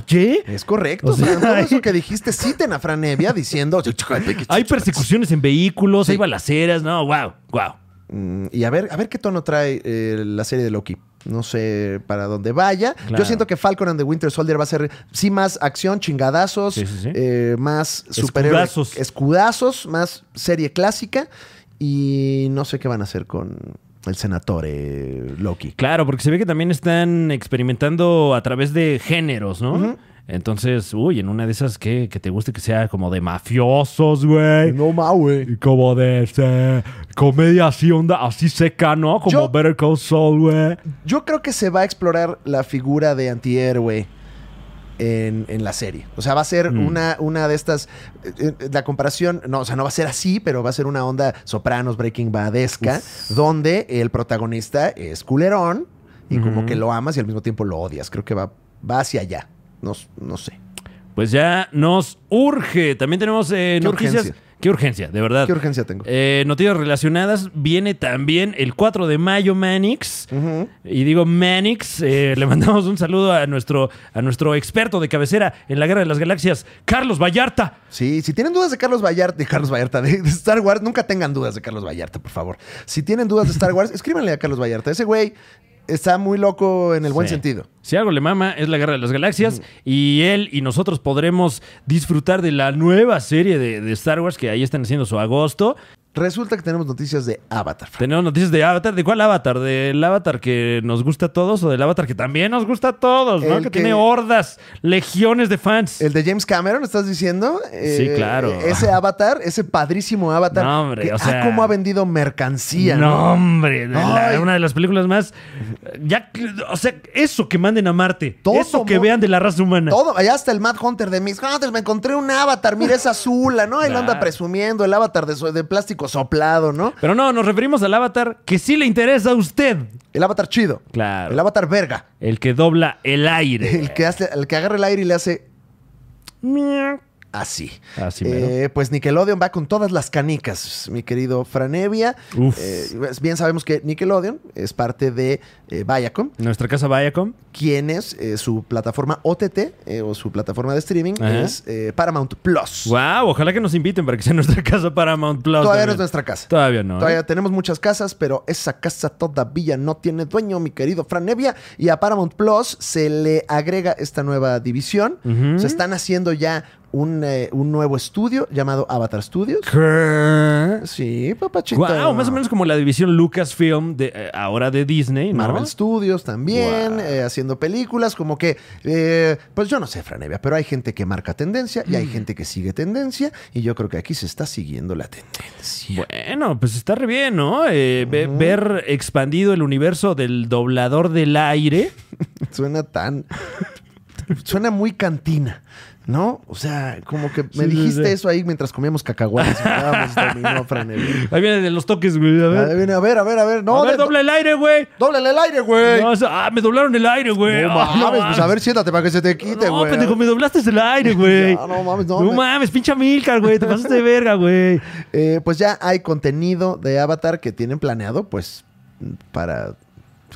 Speaker 1: oye,
Speaker 2: Es correcto.
Speaker 1: O sea,
Speaker 2: Fran. todo
Speaker 1: hay-
Speaker 2: eso que dijiste, citen a Fran Evia diciendo...
Speaker 1: hay persecuciones en vehículos, hay balaceras, no, wow, wow.
Speaker 2: Mm, Y a ver, a ver qué tono trae eh, la serie de Loki. No sé para dónde vaya.
Speaker 1: Claro.
Speaker 2: Yo siento que Falcon and the Winter Soldier va a ser, sí, más acción, chingadazos,
Speaker 1: Sí, sí, sí.
Speaker 2: eh, más superhéroes.
Speaker 1: Escudazos.
Speaker 2: Escudazos, más serie clásica. Y no sé qué van a hacer con el senatore Loki.
Speaker 1: Claro, porque se ve que también están experimentando a través de géneros, ¿no? Entonces, uy, en una de esas que, que te guste que sea como de mafiosos, güey.
Speaker 2: No ma, güey.
Speaker 1: Y como de este, comedia así, onda, así seca, ¿no? Como
Speaker 2: Yo-
Speaker 1: Better Call Saul, güey.
Speaker 2: Yo creo que se va a explorar la figura de antihéroe en, en la serie. O sea, va a ser una, una de estas. eh, eh, la comparación, no, o sea, no va a ser así, pero va a ser una onda Sopranos, Breaking Badesca, donde el protagonista es culerón y como que lo amas y al mismo tiempo lo odias. Creo que va, va hacia allá. No, s- no sé.
Speaker 1: Pues ya nos urge. También tenemos eh,
Speaker 2: ¿Qué
Speaker 1: noticias.
Speaker 2: urgencia?
Speaker 1: Qué urgencia, de verdad.
Speaker 2: ¿Qué urgencia tengo?
Speaker 1: Eh, noticias relacionadas. Viene también el 4 de mayo, Manix.
Speaker 2: Ujú.
Speaker 1: Y digo Manix, eh, le mandamos un saludo a nuestro, a nuestro experto de cabecera en la Guerra de las Galaxias, Carlos Vallarta.
Speaker 2: Sí, si tienen dudas de Carlos Vallarta, de Carlos Vallarta, de, de Star Wars, nunca tengan dudas de Carlos Vallarta, por favor. Si tienen dudas de Star Wars, escríbanle a Carlos Vallarta. Ese güey está muy loco en el buen
Speaker 1: Sí.
Speaker 2: sentido.
Speaker 1: Si algo le mama es la Guerra de las Galaxias y él y nosotros podremos disfrutar de la nueva serie de, de Star Wars que ahí están haciendo su agosto.
Speaker 2: Resulta que tenemos noticias de Avatar. Fran.
Speaker 1: Tenemos noticias de Avatar. ¿De cuál Avatar? ¿Del Avatar que nos gusta a todos o del Avatar que también nos gusta a todos? ¿no?
Speaker 2: El
Speaker 1: Que,
Speaker 2: que-
Speaker 1: tiene hordas, legiones de fans.
Speaker 2: El de James Cameron, ¿estás diciendo? Eh,
Speaker 1: Sí, claro.
Speaker 2: Ese avatar, ese padrísimo avatar.
Speaker 1: No, hombre,
Speaker 2: que-
Speaker 1: o sea-
Speaker 2: ah, cómo ha vendido mercancía.
Speaker 1: no, hombre, de la-
Speaker 2: Ay.
Speaker 1: una de las películas más. Ya, o sea, eso que manden a Marte,
Speaker 2: Todo
Speaker 1: eso que
Speaker 2: mo-
Speaker 1: vean de la raza humana.
Speaker 2: Todo, allá hasta el Mad Hunter de mis Hunters, me encontré un avatar, mira es azul, ¿no? Él anda
Speaker 1: Claro.
Speaker 2: presumiendo el avatar de, so- de plástico soplado, ¿no?
Speaker 1: Pero no, nos referimos al Avatar que sí le interesa a usted.
Speaker 2: El avatar chido.
Speaker 1: Claro.
Speaker 2: El avatar verga.
Speaker 1: El que dobla el aire.
Speaker 2: El que, hace, el que agarra el aire y le hace así.
Speaker 1: Así
Speaker 2: Eh, pues Nickelodeon va con todas las canicas, mi querido Franevia.
Speaker 1: Uf.
Speaker 2: Eh, pues bien sabemos que Nickelodeon es parte de eh, Viacom,
Speaker 1: Nuestra casa Viacom.
Speaker 2: quien es eh, su plataforma OTT eh, o su plataforma de streaming
Speaker 1: Ajá.
Speaker 2: es eh, Paramount Plus.
Speaker 1: Wow, ojalá que nos inviten para que sea nuestra casa Paramount Plus.
Speaker 2: Todavía no es
Speaker 1: también.
Speaker 2: nuestra casa.
Speaker 1: Todavía no. ¿eh?
Speaker 2: Todavía tenemos muchas casas, pero esa casa todavía no tiene dueño, mi querido Fran Nevia. Y a Paramount Plus se le agrega esta nueva división.
Speaker 1: Ujú.
Speaker 2: Se están haciendo ya un, eh, un nuevo estudio llamado Avatar Studios.
Speaker 1: ¿Qué?
Speaker 2: Sí, papachito.
Speaker 1: Wow, más o menos como la división Lucasfilm de eh, ahora de Disney, ¿no?
Speaker 2: Marvel Studios también,
Speaker 1: Wow.
Speaker 2: eh, haciendo películas, como que, eh, pues yo no sé, Franevia, pero hay gente que marca tendencia y
Speaker 1: Mm.
Speaker 2: hay gente que sigue tendencia, y yo creo que aquí se está siguiendo la tendencia.
Speaker 1: Bueno, pues está re bien, ¿no? Eh, ve- Ver expandido el universo del doblador del aire.
Speaker 2: Suena tan. Suena muy cantina, ¿no? O sea, como que me
Speaker 1: Sí, sí,
Speaker 2: dijiste
Speaker 1: sí.
Speaker 2: eso ahí mientras comíamos cacahuates y jugábamos dominó, Fran Evia.
Speaker 1: Ahí viene de los toques, güey. A
Speaker 2: A
Speaker 1: ver,
Speaker 2: ver, a ver, a ver, a ver. No,
Speaker 1: A ver,
Speaker 2: de-
Speaker 1: dobla el aire, güey.
Speaker 2: dóblale el aire, güey.
Speaker 1: No,
Speaker 2: No,
Speaker 1: o sea, ah, me doblaron el aire, güey. Ah,
Speaker 2: mames, pues a
Speaker 1: mames.
Speaker 2: ver, siéntate para que se te quite,
Speaker 1: No,
Speaker 2: güey.
Speaker 1: pendejo, me doblaste el aire, güey.
Speaker 2: Ya, no mames, no,
Speaker 1: No
Speaker 2: me-
Speaker 1: mames, pincha Milka, güey. Te pasaste de verga, güey.
Speaker 2: Eh, pues ya hay contenido de Avatar que tienen planeado, pues, para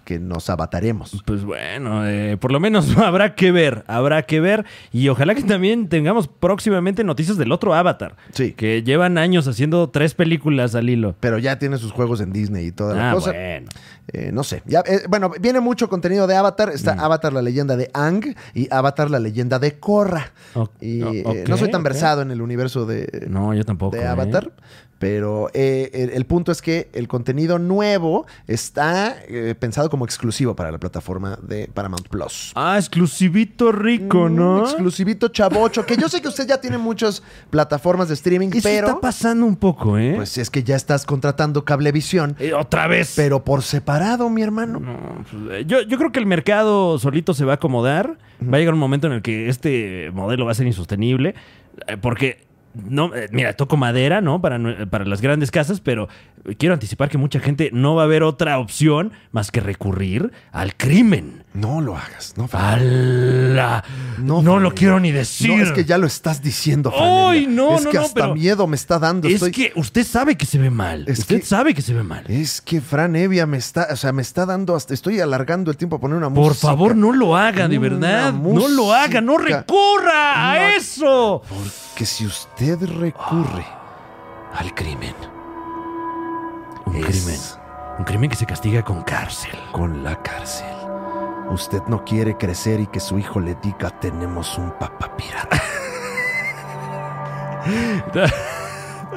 Speaker 2: que nos avataremos.
Speaker 1: Pues bueno, eh, por lo menos habrá que ver, habrá que ver. Y ojalá que también tengamos próximamente noticias del otro Avatar.
Speaker 2: Sí.
Speaker 1: Que llevan años haciendo tres películas al hilo.
Speaker 2: Pero ya tiene sus juegos en Disney y toda la
Speaker 1: Ah,
Speaker 2: cosa.
Speaker 1: bueno.
Speaker 2: Eh, no sé. Ya, eh, bueno, viene mucho contenido de Avatar. Está
Speaker 1: Mm.
Speaker 2: Avatar la leyenda de Ang y Avatar la leyenda de Korra.
Speaker 1: O-
Speaker 2: Y
Speaker 1: o-
Speaker 2: eh,
Speaker 1: ok,
Speaker 2: no soy tan
Speaker 1: ok.
Speaker 2: versado en el universo de,
Speaker 1: No, yo tampoco.
Speaker 2: de
Speaker 1: ¿eh?
Speaker 2: Avatar. Pero eh, el, el punto es que el contenido nuevo está eh, pensado como exclusivo para la plataforma de Paramount Plus.
Speaker 1: Ah, exclusivito rico, ¿no?
Speaker 2: Mm, exclusivito chavocho, que yo sé que usted ya tiene muchas plataformas de streaming,
Speaker 1: Eso
Speaker 2: pero
Speaker 1: está pasando un poco, ¿eh?
Speaker 2: pues es que ya estás contratando cablevisión,
Speaker 1: Eh, Otra vez.
Speaker 2: pero por separado, mi hermano.
Speaker 1: No, pues, eh, yo, yo creo que el mercado solito se va a acomodar. Va a llegar un momento en el que este modelo va a ser insostenible. eh, Porque, no, eh, mira, toco madera, ¿no? Para, nue- para las grandes casas, pero quiero anticipar que mucha gente no va a ver otra opción más que recurrir al crimen.
Speaker 2: No lo hagas, no. Fran.
Speaker 1: A la-
Speaker 2: No,
Speaker 1: No,
Speaker 2: Fernando.
Speaker 1: lo quiero ni
Speaker 2: No,
Speaker 1: decir.
Speaker 2: es que ya lo estás diciendo, Fran
Speaker 1: Ay,
Speaker 2: Evia.
Speaker 1: no,
Speaker 2: Es
Speaker 1: no,
Speaker 2: que
Speaker 1: no,
Speaker 2: hasta
Speaker 1: pero-
Speaker 2: miedo me está dando.
Speaker 1: Es
Speaker 2: estoy-
Speaker 1: que usted sabe que se ve mal.
Speaker 2: Es
Speaker 1: usted
Speaker 2: que-
Speaker 1: sabe que se ve mal.
Speaker 2: Es que Fran Evia me está, o sea, me está dando hasta, estoy alargando el tiempo a poner una
Speaker 1: Por
Speaker 2: música.
Speaker 1: favor, no lo haga, de
Speaker 2: Una
Speaker 1: verdad. No lo haga, no
Speaker 2: música.
Speaker 1: recurra
Speaker 2: No.
Speaker 1: a eso.
Speaker 2: Porque si usted recurre
Speaker 1: Ah,
Speaker 2: al crimen,
Speaker 1: Un
Speaker 2: es
Speaker 1: crimen. Un crimen que se castiga con cárcel.
Speaker 2: con la cárcel. Usted no quiere crecer y que su hijo le diga tenemos un papá pirata.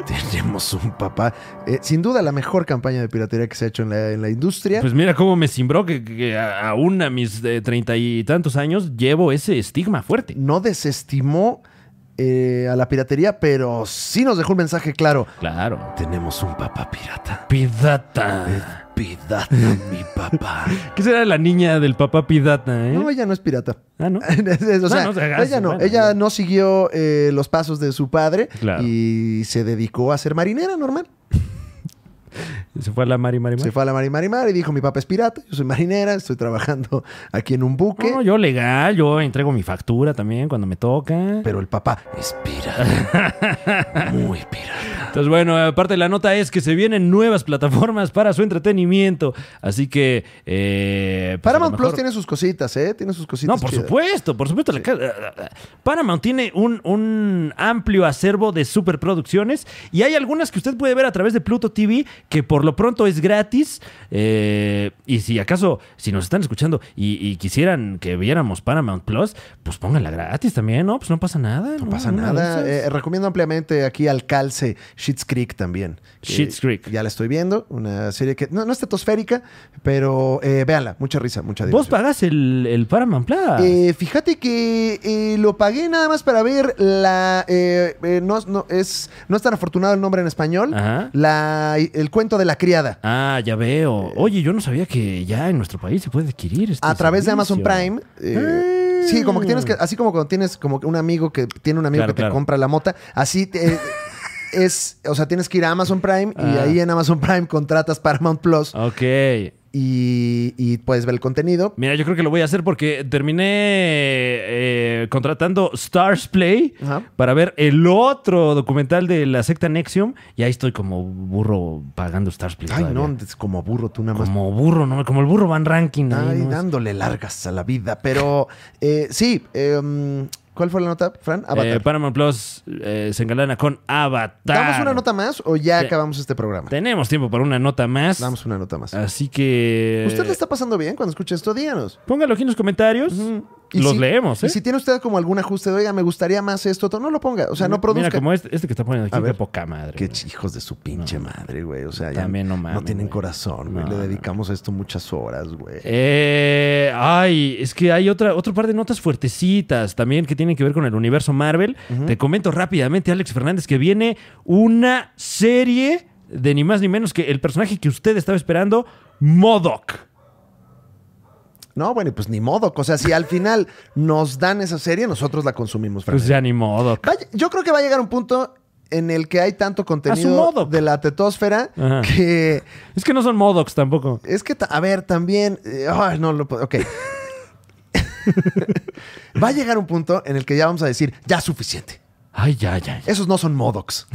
Speaker 2: tenemos un papá. Eh, sin duda la mejor campaña de piratería que se ha hecho en la, en la industria.
Speaker 1: Pues mira cómo me cimbró que, que a- aún a mis eh, treinta y tantos años llevo ese estigma fuerte.
Speaker 2: no desestimó eh, a la piratería, pero sí nos dejó un mensaje claro.
Speaker 1: Claro.
Speaker 2: Tenemos un papá pirata.
Speaker 1: Pidata.
Speaker 2: Pirata, mi papá.
Speaker 1: ¿Qué será la niña del papá Pidata, eh?
Speaker 2: No, ella no es pirata.
Speaker 1: Ah, ¿no?
Speaker 2: o sea,
Speaker 1: no, o sea, ah,
Speaker 2: ella no,
Speaker 1: bueno,
Speaker 2: ella
Speaker 1: bueno.
Speaker 2: no siguió eh, los pasos de su padre
Speaker 1: Claro.
Speaker 2: y se dedicó a ser marinera normal.
Speaker 1: Se fue a la Mari Mari Mari.
Speaker 2: Se fue a la marimarimar y dijo, mi papá es pirata, yo soy marinera, estoy trabajando aquí en un buque,
Speaker 1: No, no, yo legal, yo entrego mi factura también cuando me toca.
Speaker 2: pero el papá es pirata, muy pirata.
Speaker 1: Entonces, bueno, aparte la nota es que se vienen nuevas plataformas para su entretenimiento. Así que. Eh, pues, a lo
Speaker 2: Paramount
Speaker 1: mejor-
Speaker 2: Plus tiene sus cositas, ¿eh? Tiene sus cositas.
Speaker 1: No, por
Speaker 2: chidas.
Speaker 1: supuesto, por supuesto. la ca- Paramount tiene un, un amplio acervo de superproducciones y hay algunas que usted puede ver a través de Pluto TV que por lo pronto es gratis. eh, y si acaso, si nos están escuchando y, y quisieran que viéramos Paramount Plus, pues pónganla gratis también, ¿no? Pues no pasa nada.
Speaker 2: No pasa
Speaker 1: Una de
Speaker 2: nada.
Speaker 1: esas.
Speaker 2: Eh, recomiendo ampliamente aquí al calce Shits Creek también. que
Speaker 1: Schitt's Creek.
Speaker 2: Ya la estoy viendo. Una serie que no, no es tetosférica, pero eh, véanla. Mucha risa, mucha
Speaker 1: Vos
Speaker 2: diversión.
Speaker 1: pagás el, el Paramount Plus.
Speaker 2: Eh, fíjate que eh, lo pagué nada más para ver la. eh, eh, no, no, es, no es tan afortunado el nombre en español.
Speaker 1: Ajá.
Speaker 2: La, el cuento de la criada.
Speaker 1: Ah, ya veo. Oye, yo no sabía que ya en nuestro país se puede adquirir este
Speaker 2: Eh. a través de
Speaker 1: servicio.
Speaker 2: Amazon Prime. eh,
Speaker 1: Ah.
Speaker 2: Sí, como que tienes que, así como cuando tienes como que un amigo que tiene un amigo
Speaker 1: Claro,
Speaker 2: que te
Speaker 1: claro.
Speaker 2: compra la mota, así te- eh, es, o sea, tienes que ir a Amazon Prime y
Speaker 1: Ah.
Speaker 2: ahí en Amazon Prime contratas Paramount Plus
Speaker 1: Ok.
Speaker 2: y, y puedes ver el contenido.
Speaker 1: Mira, yo creo que lo voy a hacer porque terminé eh, contratando Stars Play
Speaker 2: Ajá.
Speaker 1: para ver el otro documental de la secta Nexium y ahí estoy como burro pagando Stars Play.
Speaker 2: Ay,
Speaker 1: todavía.
Speaker 2: no, es como burro tú nada más.
Speaker 1: Como burro, ¿no? Como el burro van ranking. ahí,
Speaker 2: Ay,
Speaker 1: ¿no?
Speaker 2: dándole largas a la vida. Pero eh, sí, em, ¿cuál fue la nota, Fran?
Speaker 1: Eh,
Speaker 2: Avatar.
Speaker 1: Paramount Plus eh, se engalana con Avatar.
Speaker 2: ¿Damos una nota más o ya
Speaker 1: Te- Eh,
Speaker 2: acabamos este programa?
Speaker 1: Tenemos tiempo para una nota más.
Speaker 2: Damos una nota más.
Speaker 1: Así que.
Speaker 2: ¿Usted le está pasando bien cuando escucha esto? Díganos.
Speaker 1: Póngalo aquí en los comentarios.
Speaker 2: Pues, Y
Speaker 1: Los
Speaker 2: si-
Speaker 1: leemos, ¿eh?
Speaker 2: Y si tiene usted como algún ajuste de, oiga, me gustaría más esto, no lo ponga. O sea, no produzca.
Speaker 1: Mira, como este, este que está poniendo
Speaker 2: A
Speaker 1: aquí, qué
Speaker 2: ver.
Speaker 1: poca madre.
Speaker 2: Qué
Speaker 1: güey.
Speaker 2: ch- hijos de su pinche madre, güey. O sea, ya
Speaker 1: También no mames,
Speaker 2: tienen
Speaker 1: güey.
Speaker 2: corazón, güey.
Speaker 1: No,
Speaker 2: Le
Speaker 1: no, no.
Speaker 2: dedicamos a esto muchas horas, güey.
Speaker 1: Eh, ay, es que hay otra, otro par de notas fuertecitas también que tienen que ver con el universo Marvel. Te comento rápidamente, Alex Fernández, que viene una serie de ni más ni menos que el personaje que usted estaba esperando, Modoc.
Speaker 2: No, bueno, y pues ni modo. O sea, si al final nos dan esa serie, nosotros la consumimos, Fran.
Speaker 1: Pues ya ni Modoc.
Speaker 2: Vaya- yo creo que va a llegar un punto en el que hay tanto contenido
Speaker 1: modo.
Speaker 2: de la tetósfera
Speaker 1: Ajá.
Speaker 2: que
Speaker 1: Es que no son Modocs tampoco.
Speaker 2: Es que, ta- a ver, también. eh, ay, no lo puedo. Ok. Va a llegar un punto en el que ya vamos a decir, ya suficiente.
Speaker 1: Ay, ya, ya. ya.
Speaker 2: Esos no son modocs.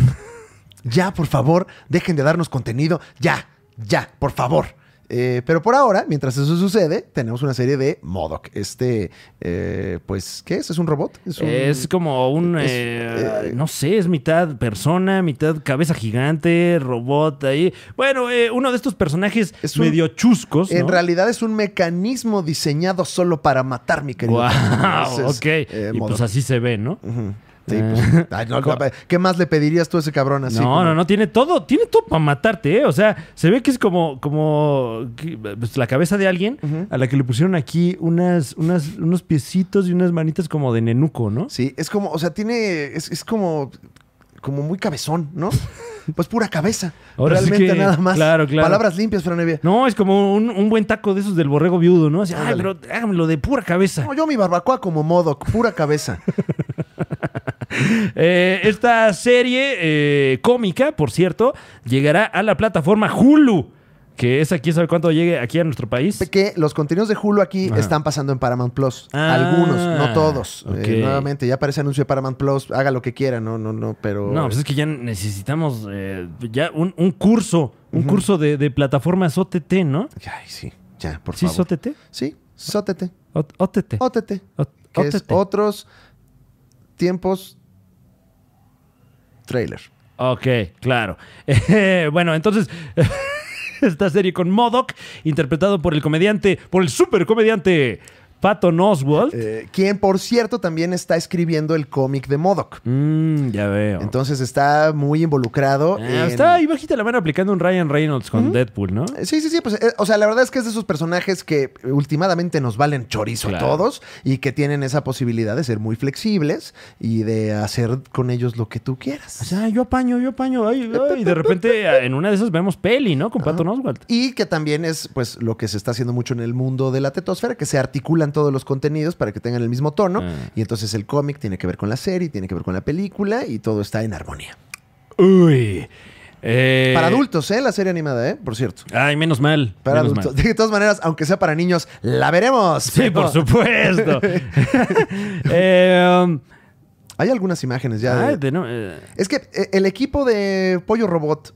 Speaker 2: ya, por favor, dejen de darnos contenido. Ya, ya, por favor. Eh, pero por ahora, mientras eso sucede, tenemos una serie de Modoc. Este, eh, pues, ¿qué es? ¿Es un robot? Es un-
Speaker 1: Es como un,
Speaker 2: es-
Speaker 1: eh,
Speaker 2: eh,
Speaker 1: no sé, es mitad persona, mitad cabeza gigante, robot ahí. Bueno, eh, uno de estos personajes
Speaker 2: Es un-
Speaker 1: medio chuscos.
Speaker 2: En
Speaker 1: ¿no?
Speaker 2: realidad es un mecanismo diseñado solo para matar, mi querido.
Speaker 1: Wow,
Speaker 2: Entonces,
Speaker 1: ok.
Speaker 2: eh,
Speaker 1: y
Speaker 2: Modoc.
Speaker 1: pues así se ve, ¿no?
Speaker 2: Ujú. Sí, pues, ay, no,
Speaker 1: Eh, Co-
Speaker 2: ¿Qué más le pedirías tú a ese cabrón así?
Speaker 1: no,
Speaker 2: como-
Speaker 1: no, no, tiene todo, tiene todo para matarte, ¿eh? O sea, se ve que es como, como que, pues, la cabeza de alguien a la que le pusieron aquí unas, unas, unos piecitos y unas manitas como de nenuco, ¿no?
Speaker 2: Sí, es como, o sea, tiene, es, es como, como muy cabezón, ¿no? Pues pura cabeza.
Speaker 1: Ahora sí
Speaker 2: Realmente
Speaker 1: que-
Speaker 2: nada más.
Speaker 1: claro, claro.
Speaker 2: Palabras limpias, Franevia.
Speaker 1: No, es como un, un buen taco de esos del borrego viudo, ¿no? Así, ay,
Speaker 2: Ándale.
Speaker 1: pero hágamelo de pura cabeza.
Speaker 2: No, yo mi barbacoa como Modoc, pura cabeza.
Speaker 1: Eh, esta serie eh, cómica, por cierto, llegará a la plataforma Hulu, que es aquí, ¿sabe cuánto llegue aquí a nuestro país?
Speaker 2: que los contenidos de Hulu aquí
Speaker 1: Ajá.
Speaker 2: están pasando en Paramount Plus.
Speaker 1: Ah,
Speaker 2: Algunos, no todos. Eh,
Speaker 1: ok.
Speaker 2: nuevamente, ya aparece anuncio de Paramount Plus. Haga lo que quiera, no, no, no, pero...
Speaker 1: No, pues es que ya necesitamos eh, ya un, un curso, un curso de, de plataformas OTT, ¿no?
Speaker 2: Ay, sí, ya, por
Speaker 1: ¿Sí es
Speaker 2: favor.
Speaker 1: OTT?
Speaker 2: Sí, sótete,
Speaker 1: O- OTT.
Speaker 2: ótete.
Speaker 1: O-
Speaker 2: que es
Speaker 1: OTT.
Speaker 2: otros tiempos trailer.
Speaker 1: Ok, claro. Eh, bueno, entonces, esta serie con Modoc, interpretado por el comediante, por el super comediante Patton Oswald.
Speaker 2: Eh, quien, por cierto, también está escribiendo el cómic de Modoc.
Speaker 1: Mm, ya veo.
Speaker 2: Entonces está muy involucrado.
Speaker 1: Ah,
Speaker 2: en-
Speaker 1: Está ahí bajita la mano aplicando un Ryan Reynolds con Deadpool, ¿no?
Speaker 2: Sí, sí, sí. Pues, eh, o sea, la verdad es que es de esos personajes que eh, últimamente nos valen chorizo
Speaker 1: Claro.
Speaker 2: a todos y que tienen esa posibilidad de ser muy flexibles y de hacer con ellos lo que tú
Speaker 1: O
Speaker 2: quieras.
Speaker 1: sea, yo apaño, yo apaño. ay, ay, y de repente ah, en una de esas vemos peli, ¿no? Con Patton Oswald.
Speaker 2: Y que también es pues lo que se está haciendo mucho en el mundo de la tetosfera, que se articulan todos los contenidos para que tengan el mismo tono.
Speaker 1: Ah.
Speaker 2: Y entonces el cómic tiene que ver con la serie, tiene que ver con la película y todo está en armonía.
Speaker 1: Uy. Eh,
Speaker 2: Para adultos, ¿eh? La serie animada, ¿eh? Por cierto.
Speaker 1: Ay, menos mal.
Speaker 2: Para
Speaker 1: menos
Speaker 2: adultos.
Speaker 1: mal.
Speaker 2: De todas maneras, aunque sea para niños, la veremos.
Speaker 1: Sí,
Speaker 2: Pero-
Speaker 1: por supuesto. Eh, um,
Speaker 2: Hay algunas imágenes ya. de-
Speaker 1: Ah, de no- eh,
Speaker 2: Es que eh, el equipo de Pollo Robot,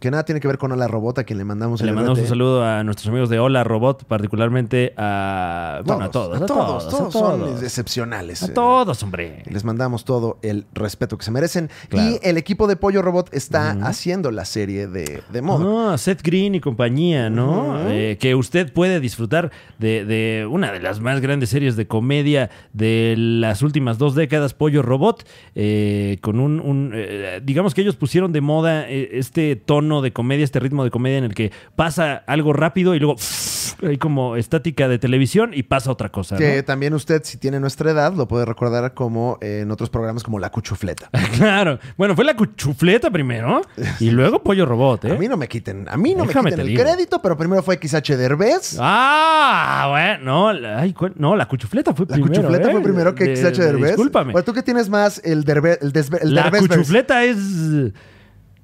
Speaker 2: que nada tiene que ver con la robot a quien le mandamos el
Speaker 1: le mandamos un
Speaker 2: RT.
Speaker 1: saludo a nuestros amigos de Hola Robot, particularmente a. Bueno, a todos.
Speaker 2: a todos, todos son
Speaker 1: todos.
Speaker 2: excepcionales.
Speaker 1: A
Speaker 2: Eh,
Speaker 1: todos, hombre.
Speaker 2: Les mandamos todo el respeto que se merecen.
Speaker 1: Claro.
Speaker 2: Y el equipo de Pollo Robot está haciendo la serie de, de moda.
Speaker 1: No, Seth Green y compañía, ¿no?
Speaker 2: Ujú.
Speaker 1: Eh, que usted puede disfrutar de, de una de las más grandes series de comedia de las últimas dos décadas, Pollo Robot, eh, con un, un, eh, digamos que ellos pusieron de moda eh, este tono de comedia, este ritmo de comedia en el que pasa algo rápido y luego hay como estática de televisión y pasa otra cosa.
Speaker 2: Que
Speaker 1: ¿no?
Speaker 2: también usted, si tiene nuestra edad, lo puede recordar como eh, en otros programas como La Cuchufleta.
Speaker 1: Claro. Bueno, fue la cuchufleta primero y luego Pollo Robot, ¿eh?
Speaker 2: A mí no me quiten, a mí no
Speaker 1: Déjame
Speaker 2: me quiten
Speaker 1: te
Speaker 2: el
Speaker 1: digo.
Speaker 2: crédito, pero primero fue XH Derbez.
Speaker 1: Ah, bueno, no, la- ay, ¿cuál? no, la cuchufleta fue
Speaker 2: La
Speaker 1: primero.
Speaker 2: cuchufleta
Speaker 1: ¿eh?
Speaker 2: fue primero que
Speaker 1: De-
Speaker 2: XH
Speaker 1: de-
Speaker 2: Derbez.
Speaker 1: Discúlpame.
Speaker 2: Bueno, tú que tienes más el Derbez, el, desve- el
Speaker 1: la
Speaker 2: Derbezverse.
Speaker 1: cuchufleta es.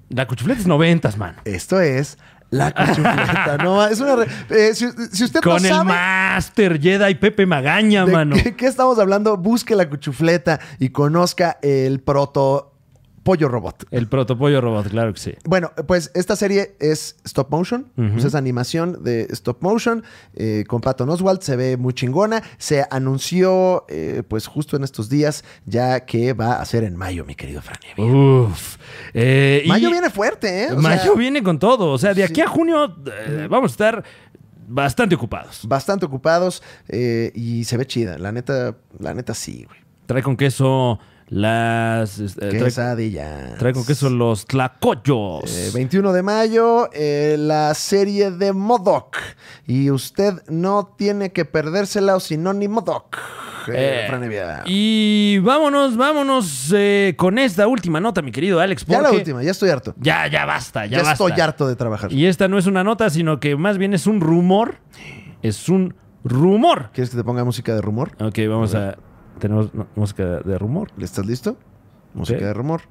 Speaker 1: La cuchufleta es noventas, man.
Speaker 2: Esto es La Cuchufleta. no, es una. re- eh, si, si usted
Speaker 1: Con
Speaker 2: no
Speaker 1: el
Speaker 2: sabe.
Speaker 1: Master Jedi Pepe Magaña,
Speaker 2: ¿De
Speaker 1: mano.
Speaker 2: qué, qué estamos hablando? Busque la cuchufleta y conozca el proto pollo robot.
Speaker 1: El protopollo robot, claro que sí.
Speaker 2: Bueno, pues esta serie es stop motion, pues es animación de stop motion eh, con Patton Oswald, se ve muy chingona, se anunció eh, pues justo en estos días ya que va a ser en mayo, mi querido Fran.
Speaker 1: Uf. Eh, y-
Speaker 2: Mayo viene fuerte, ¿eh? O sea,
Speaker 1: Mayo viene con todo. O sea, de aquí a junio eh, vamos a estar bastante ocupados.
Speaker 2: Bastante ocupados eh, y se ve chida, la neta, la neta sí, güey.
Speaker 1: Trae con queso las. eh, trae,
Speaker 2: Quesadillas.
Speaker 1: trae con queso los tlacoyos.
Speaker 2: Eh, 21 de mayo, eh, la serie de Modoc. Y usted no tiene que perdérsela o si no, ni Modoc. Eh,
Speaker 1: Eh,
Speaker 2: Fran Evia.
Speaker 1: Y vámonos, vámonos eh, con esta última nota, mi querido Alex.
Speaker 2: ya la
Speaker 1: porque-
Speaker 2: última, ya estoy harto.
Speaker 1: Ya, ya basta, ya,
Speaker 2: Ya,
Speaker 1: basta.
Speaker 2: estoy harto de trabajar.
Speaker 1: Y esta no es una nota, sino que más bien es un rumor. Es un rumor.
Speaker 2: ¿Quieres que te ponga música de rumor?
Speaker 1: Ok, vamos a. Tenemos no, música de rumor.
Speaker 2: ¿Estás listo? Música
Speaker 1: Ok.
Speaker 2: de rumor.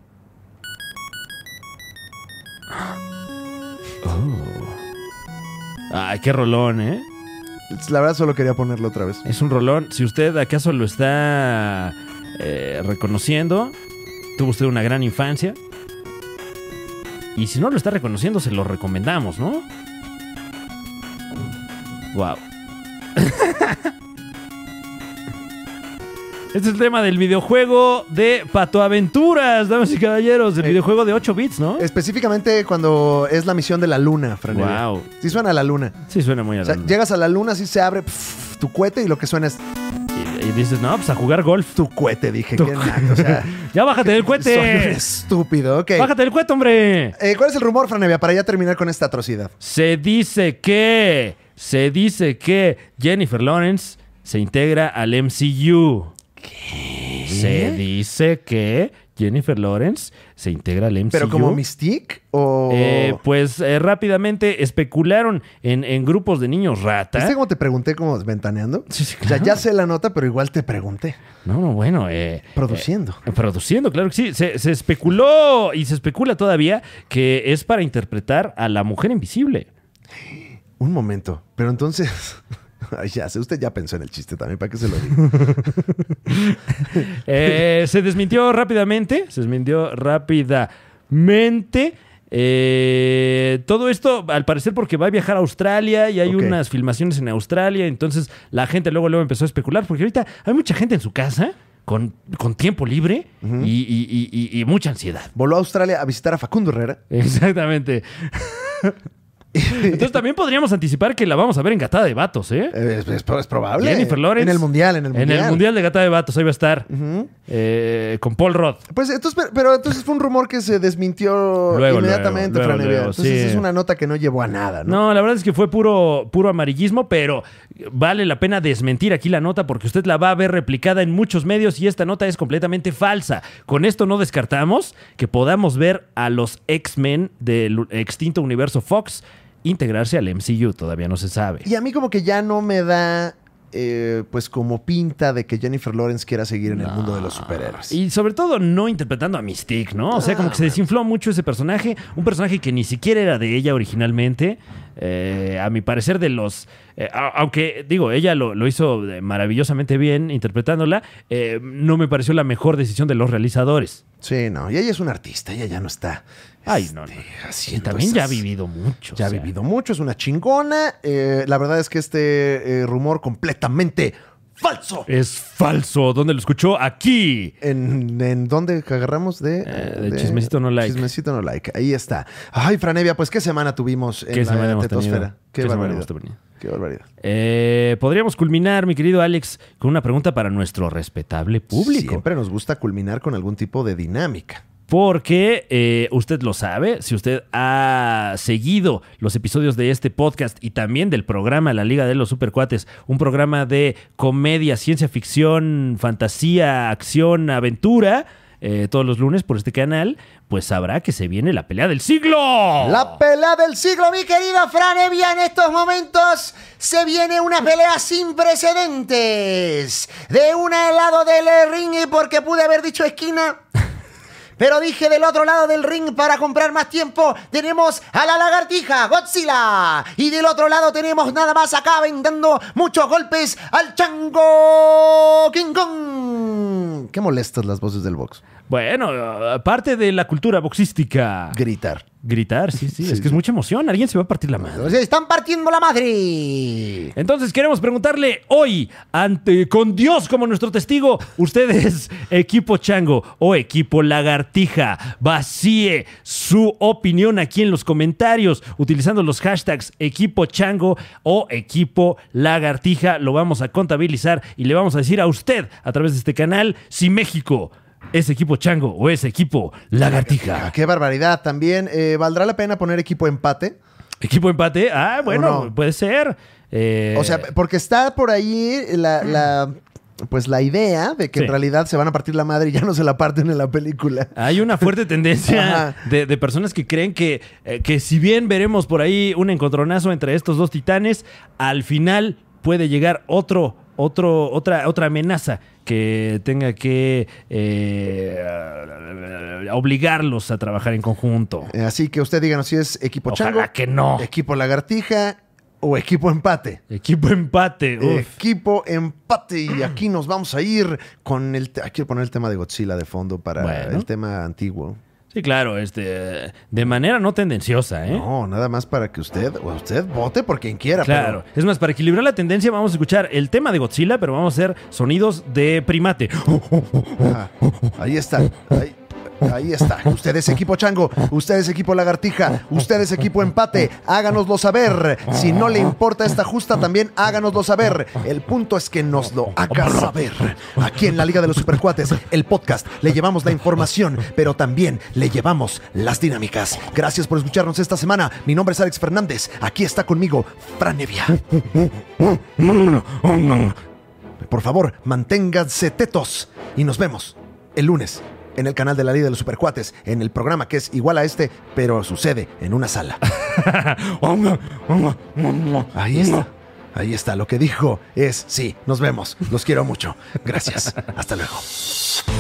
Speaker 1: Ay, qué rolón, ¿eh?
Speaker 2: La verdad, solo quería ponerlo otra vez.
Speaker 1: Es un rolón. Si usted acaso lo está eh, reconociendo, tuvo usted una gran infancia. Y si no lo está reconociendo, se lo recomendamos, ¿no? Wow. Este es el tema del videojuego de Pato Aventuras, damas y caballeros. El
Speaker 2: Eh,
Speaker 1: videojuego de 8 bits, ¿no?
Speaker 2: Específicamente cuando es la misión de la luna, Fran. Evia.
Speaker 1: Wow.
Speaker 2: Sí suena la luna.
Speaker 1: Sí, suena muy
Speaker 2: O sea,
Speaker 1: alto.
Speaker 2: llegas a la luna, así se abre pf, tu cohete y lo que suena es
Speaker 1: y, y dices, no, pues a jugar golf.
Speaker 2: tu cohete, dije. qué naco, o sea,
Speaker 1: Ya bájate del
Speaker 2: soy un
Speaker 1: cohete.
Speaker 2: estúpido. Ok.
Speaker 1: Bájate del cohete, hombre.
Speaker 2: Eh, ¿Cuál es el rumor, Franevia, para ya terminar con esta atrocidad?
Speaker 1: Se dice que. Se dice que Jennifer Lawrence se integra al MCU. ¿Qué? Se dice que Jennifer Lawrence se integra al MCU.
Speaker 2: ¿Pero como Mystique o...?
Speaker 1: Eh, pues eh, rápidamente especularon en, en grupos de niños rata.
Speaker 2: ¿Viste cómo te pregunté como ventaneando?
Speaker 1: Sí, sí,
Speaker 2: O sea,
Speaker 1: claro.
Speaker 2: ya sé la nota, pero igual te pregunté.
Speaker 1: No, no, bueno. eh,
Speaker 2: Produciendo.
Speaker 1: Eh, Produciendo, claro que sí. Se, se especuló y se especula todavía que es para interpretar a la mujer invisible.
Speaker 2: Un momento. Pero entonces... Ay, ya sé, usted ya pensó en el chiste también, ¿para qué se lo digo?
Speaker 1: Eh, se desmintió rápidamente. Se desmintió rápidamente. Eh, todo esto, al parecer, porque va a viajar a Australia y hay
Speaker 2: Ok.
Speaker 1: unas filmaciones en Australia. Entonces, la gente luego, luego empezó a especular. Porque ahorita hay mucha gente en su casa con, con tiempo libre y- y- y- y- y mucha ansiedad.
Speaker 2: Voló a Australia a visitar a Facundo Herrera.
Speaker 1: Exactamente. Entonces también podríamos anticipar que la vamos a ver en Gatada de Vatos, ¿eh?
Speaker 2: Eh, Es, es- es probable.
Speaker 1: Jennifer Lawrence.
Speaker 2: En el Mundial, en el Mundial.
Speaker 1: de Gatada de Vatos, ahí va a estar.
Speaker 2: Ujú.
Speaker 1: Eh, con Paul Rudd.
Speaker 2: Pues entonces, pero, pero entonces fue un rumor que se desmintió
Speaker 1: Luego,
Speaker 2: inmediatamente,
Speaker 1: luego,
Speaker 2: Fran
Speaker 1: luego,
Speaker 2: Evia.
Speaker 1: luego,
Speaker 2: Entonces
Speaker 1: sí.
Speaker 2: es una nota que no llevó a nada, ¿no?
Speaker 1: No, la verdad es que fue puro, puro amarillismo, pero vale la pena desmentir aquí la nota porque usted la va a ver replicada en muchos medios y esta nota es completamente falsa. Con esto no descartamos que podamos ver a los X-Men del extinto universo Fox integrarse al MCU, todavía no se sabe.
Speaker 2: Y a mí como que ya no me da eh, pues como pinta de que Jennifer Lawrence quiera seguir en el mundo de los superhéroes.
Speaker 1: Y sobre todo no interpretando a Mystique, ¿no? O sea, como que se desinfló mucho ese personaje, un personaje que ni siquiera era de ella originalmente. Eh, a mi parecer, de los. eh, a- aunque, digo, ella lo, lo hizo eh, maravillosamente bien interpretándola, eh, no me pareció la mejor decisión de los realizadores.
Speaker 2: Sí, no. Y ella es una artista, ella ya no está. este,
Speaker 1: Ay, no, no. Y
Speaker 2: haciendo
Speaker 1: también ya ha
Speaker 2: esas-
Speaker 1: vivido mucho.
Speaker 2: Ya
Speaker 1: o
Speaker 2: ha
Speaker 1: sea.
Speaker 2: vivido mucho, es una chingona. Eh, la verdad es que este eh, rumor completamente falso.
Speaker 1: Es falso. ¿Dónde lo escuchó? Aquí.
Speaker 2: ¿En, en dónde agarramos de,
Speaker 1: Eh, de Chismecito No Like.
Speaker 2: Chismecito no like. Ahí está. Ay, Franevia, pues qué semana tuvimos en
Speaker 1: ¿Qué
Speaker 2: la
Speaker 1: semana hemos
Speaker 2: tetosfera.
Speaker 1: tenido?
Speaker 2: Qué,
Speaker 1: ¿Qué semana
Speaker 2: barbaridad.
Speaker 1: hemos tenido?
Speaker 2: Qué barbaridad.
Speaker 1: Eh, Podríamos culminar, mi querido Alex, con una pregunta para nuestro respetable público.
Speaker 2: Siempre nos gusta culminar con algún tipo de dinámica.
Speaker 1: Porque eh, usted lo sabe, si usted ha seguido los episodios de este podcast y también del programa La Liga de los Supercuates, un programa de comedia, ciencia ficción, fantasía, acción, aventura, eh, todos los lunes por este canal, pues sabrá que se viene la pelea del siglo.
Speaker 2: La pelea del siglo, mi querida Franevia. En estos momentos se viene una pelea sin precedentes. De una al lado del eh, ring, y porque pude haber dicho esquina. Pero dije del otro lado del ring para comprar más tiempo. Tenemos a la lagartija, Godzilla. Y del otro lado tenemos nada más acá aventando muchos golpes al chango King Kong. Qué molestas las voces del box.
Speaker 1: Bueno, aparte de la cultura boxística.
Speaker 2: Gritar.
Speaker 1: Gritar, sí, sí,
Speaker 2: Sí,
Speaker 1: es que es
Speaker 2: sí.
Speaker 1: mucha emoción, alguien se va a partir la madre.
Speaker 2: Se están partiendo la madre.
Speaker 1: Entonces queremos preguntarle hoy, ante con Dios como nuestro testigo, ustedes, equipo chango o equipo lagartija, vacíe su opinión aquí en los comentarios utilizando los hashtags equipo chango o equipo lagartija. Lo vamos a contabilizar y le vamos a decir a usted a través de este canal si México es equipo chango o es equipo lagartija.
Speaker 2: Ah, Qué barbaridad. También, eh, ¿valdrá la pena poner equipo empate?
Speaker 1: Equipo empate, ah, bueno,
Speaker 2: ¿O no?
Speaker 1: puede ser. Eh,
Speaker 2: O sea, porque está por ahí la, la- pues la idea de que
Speaker 1: Sí.
Speaker 2: en realidad se van a partir la madre y ya no se la parten en la película.
Speaker 1: Hay una fuerte tendencia
Speaker 2: Ajá.
Speaker 1: de, de personas que creen que, eh, que si bien veremos por ahí un encontronazo entre estos dos titanes, al final puede llegar otro, otro, otra, otra amenaza que tenga que eh, obligarlos a trabajar en conjunto.
Speaker 2: Eh, Así que usted díganos si es equipo
Speaker 1: Ojalá
Speaker 2: chango,
Speaker 1: que no.
Speaker 2: equipo lagartija o equipo empate.
Speaker 1: Equipo empate. Uf.
Speaker 2: Equipo empate. Y aquí nos vamos a ir con el... te- ah, Quiero poner el tema de Godzilla de fondo para
Speaker 1: Bueno.
Speaker 2: el tema antiguo.
Speaker 1: Sí, claro, este, de manera no tendenciosa, ¿eh?
Speaker 2: No, nada más para que usted o usted vote por quien quiera.
Speaker 1: Claro. Es más, para equilibrar la tendencia vamos a escuchar el tema de Godzilla, pero vamos a hacer sonidos de primate.
Speaker 2: Ajá. Ahí está. Ahí, ahí está. Ustedes equipo chango, ustedes equipo lagartija, ustedes equipo empate. Háganoslo saber. Si no le importa esta justa, también háganoslo saber. El punto es que nos lo haga saber. Aquí en la Liga de los Supercuates, el podcast, le llevamos la información, pero también le llevamos las dinámicas. Gracias por escucharnos esta semana. Mi nombre es Alex Fernández. Aquí está conmigo Fran Evia. Por favor, manténganse tetos y nos vemos el lunes en el canal de la Liga de los Supercuates, en el programa que es igual a este, pero sucede en una sala. Ahí está. Ahí está. Lo que dijo es sí. Nos vemos. Los quiero mucho. Gracias. Hasta luego.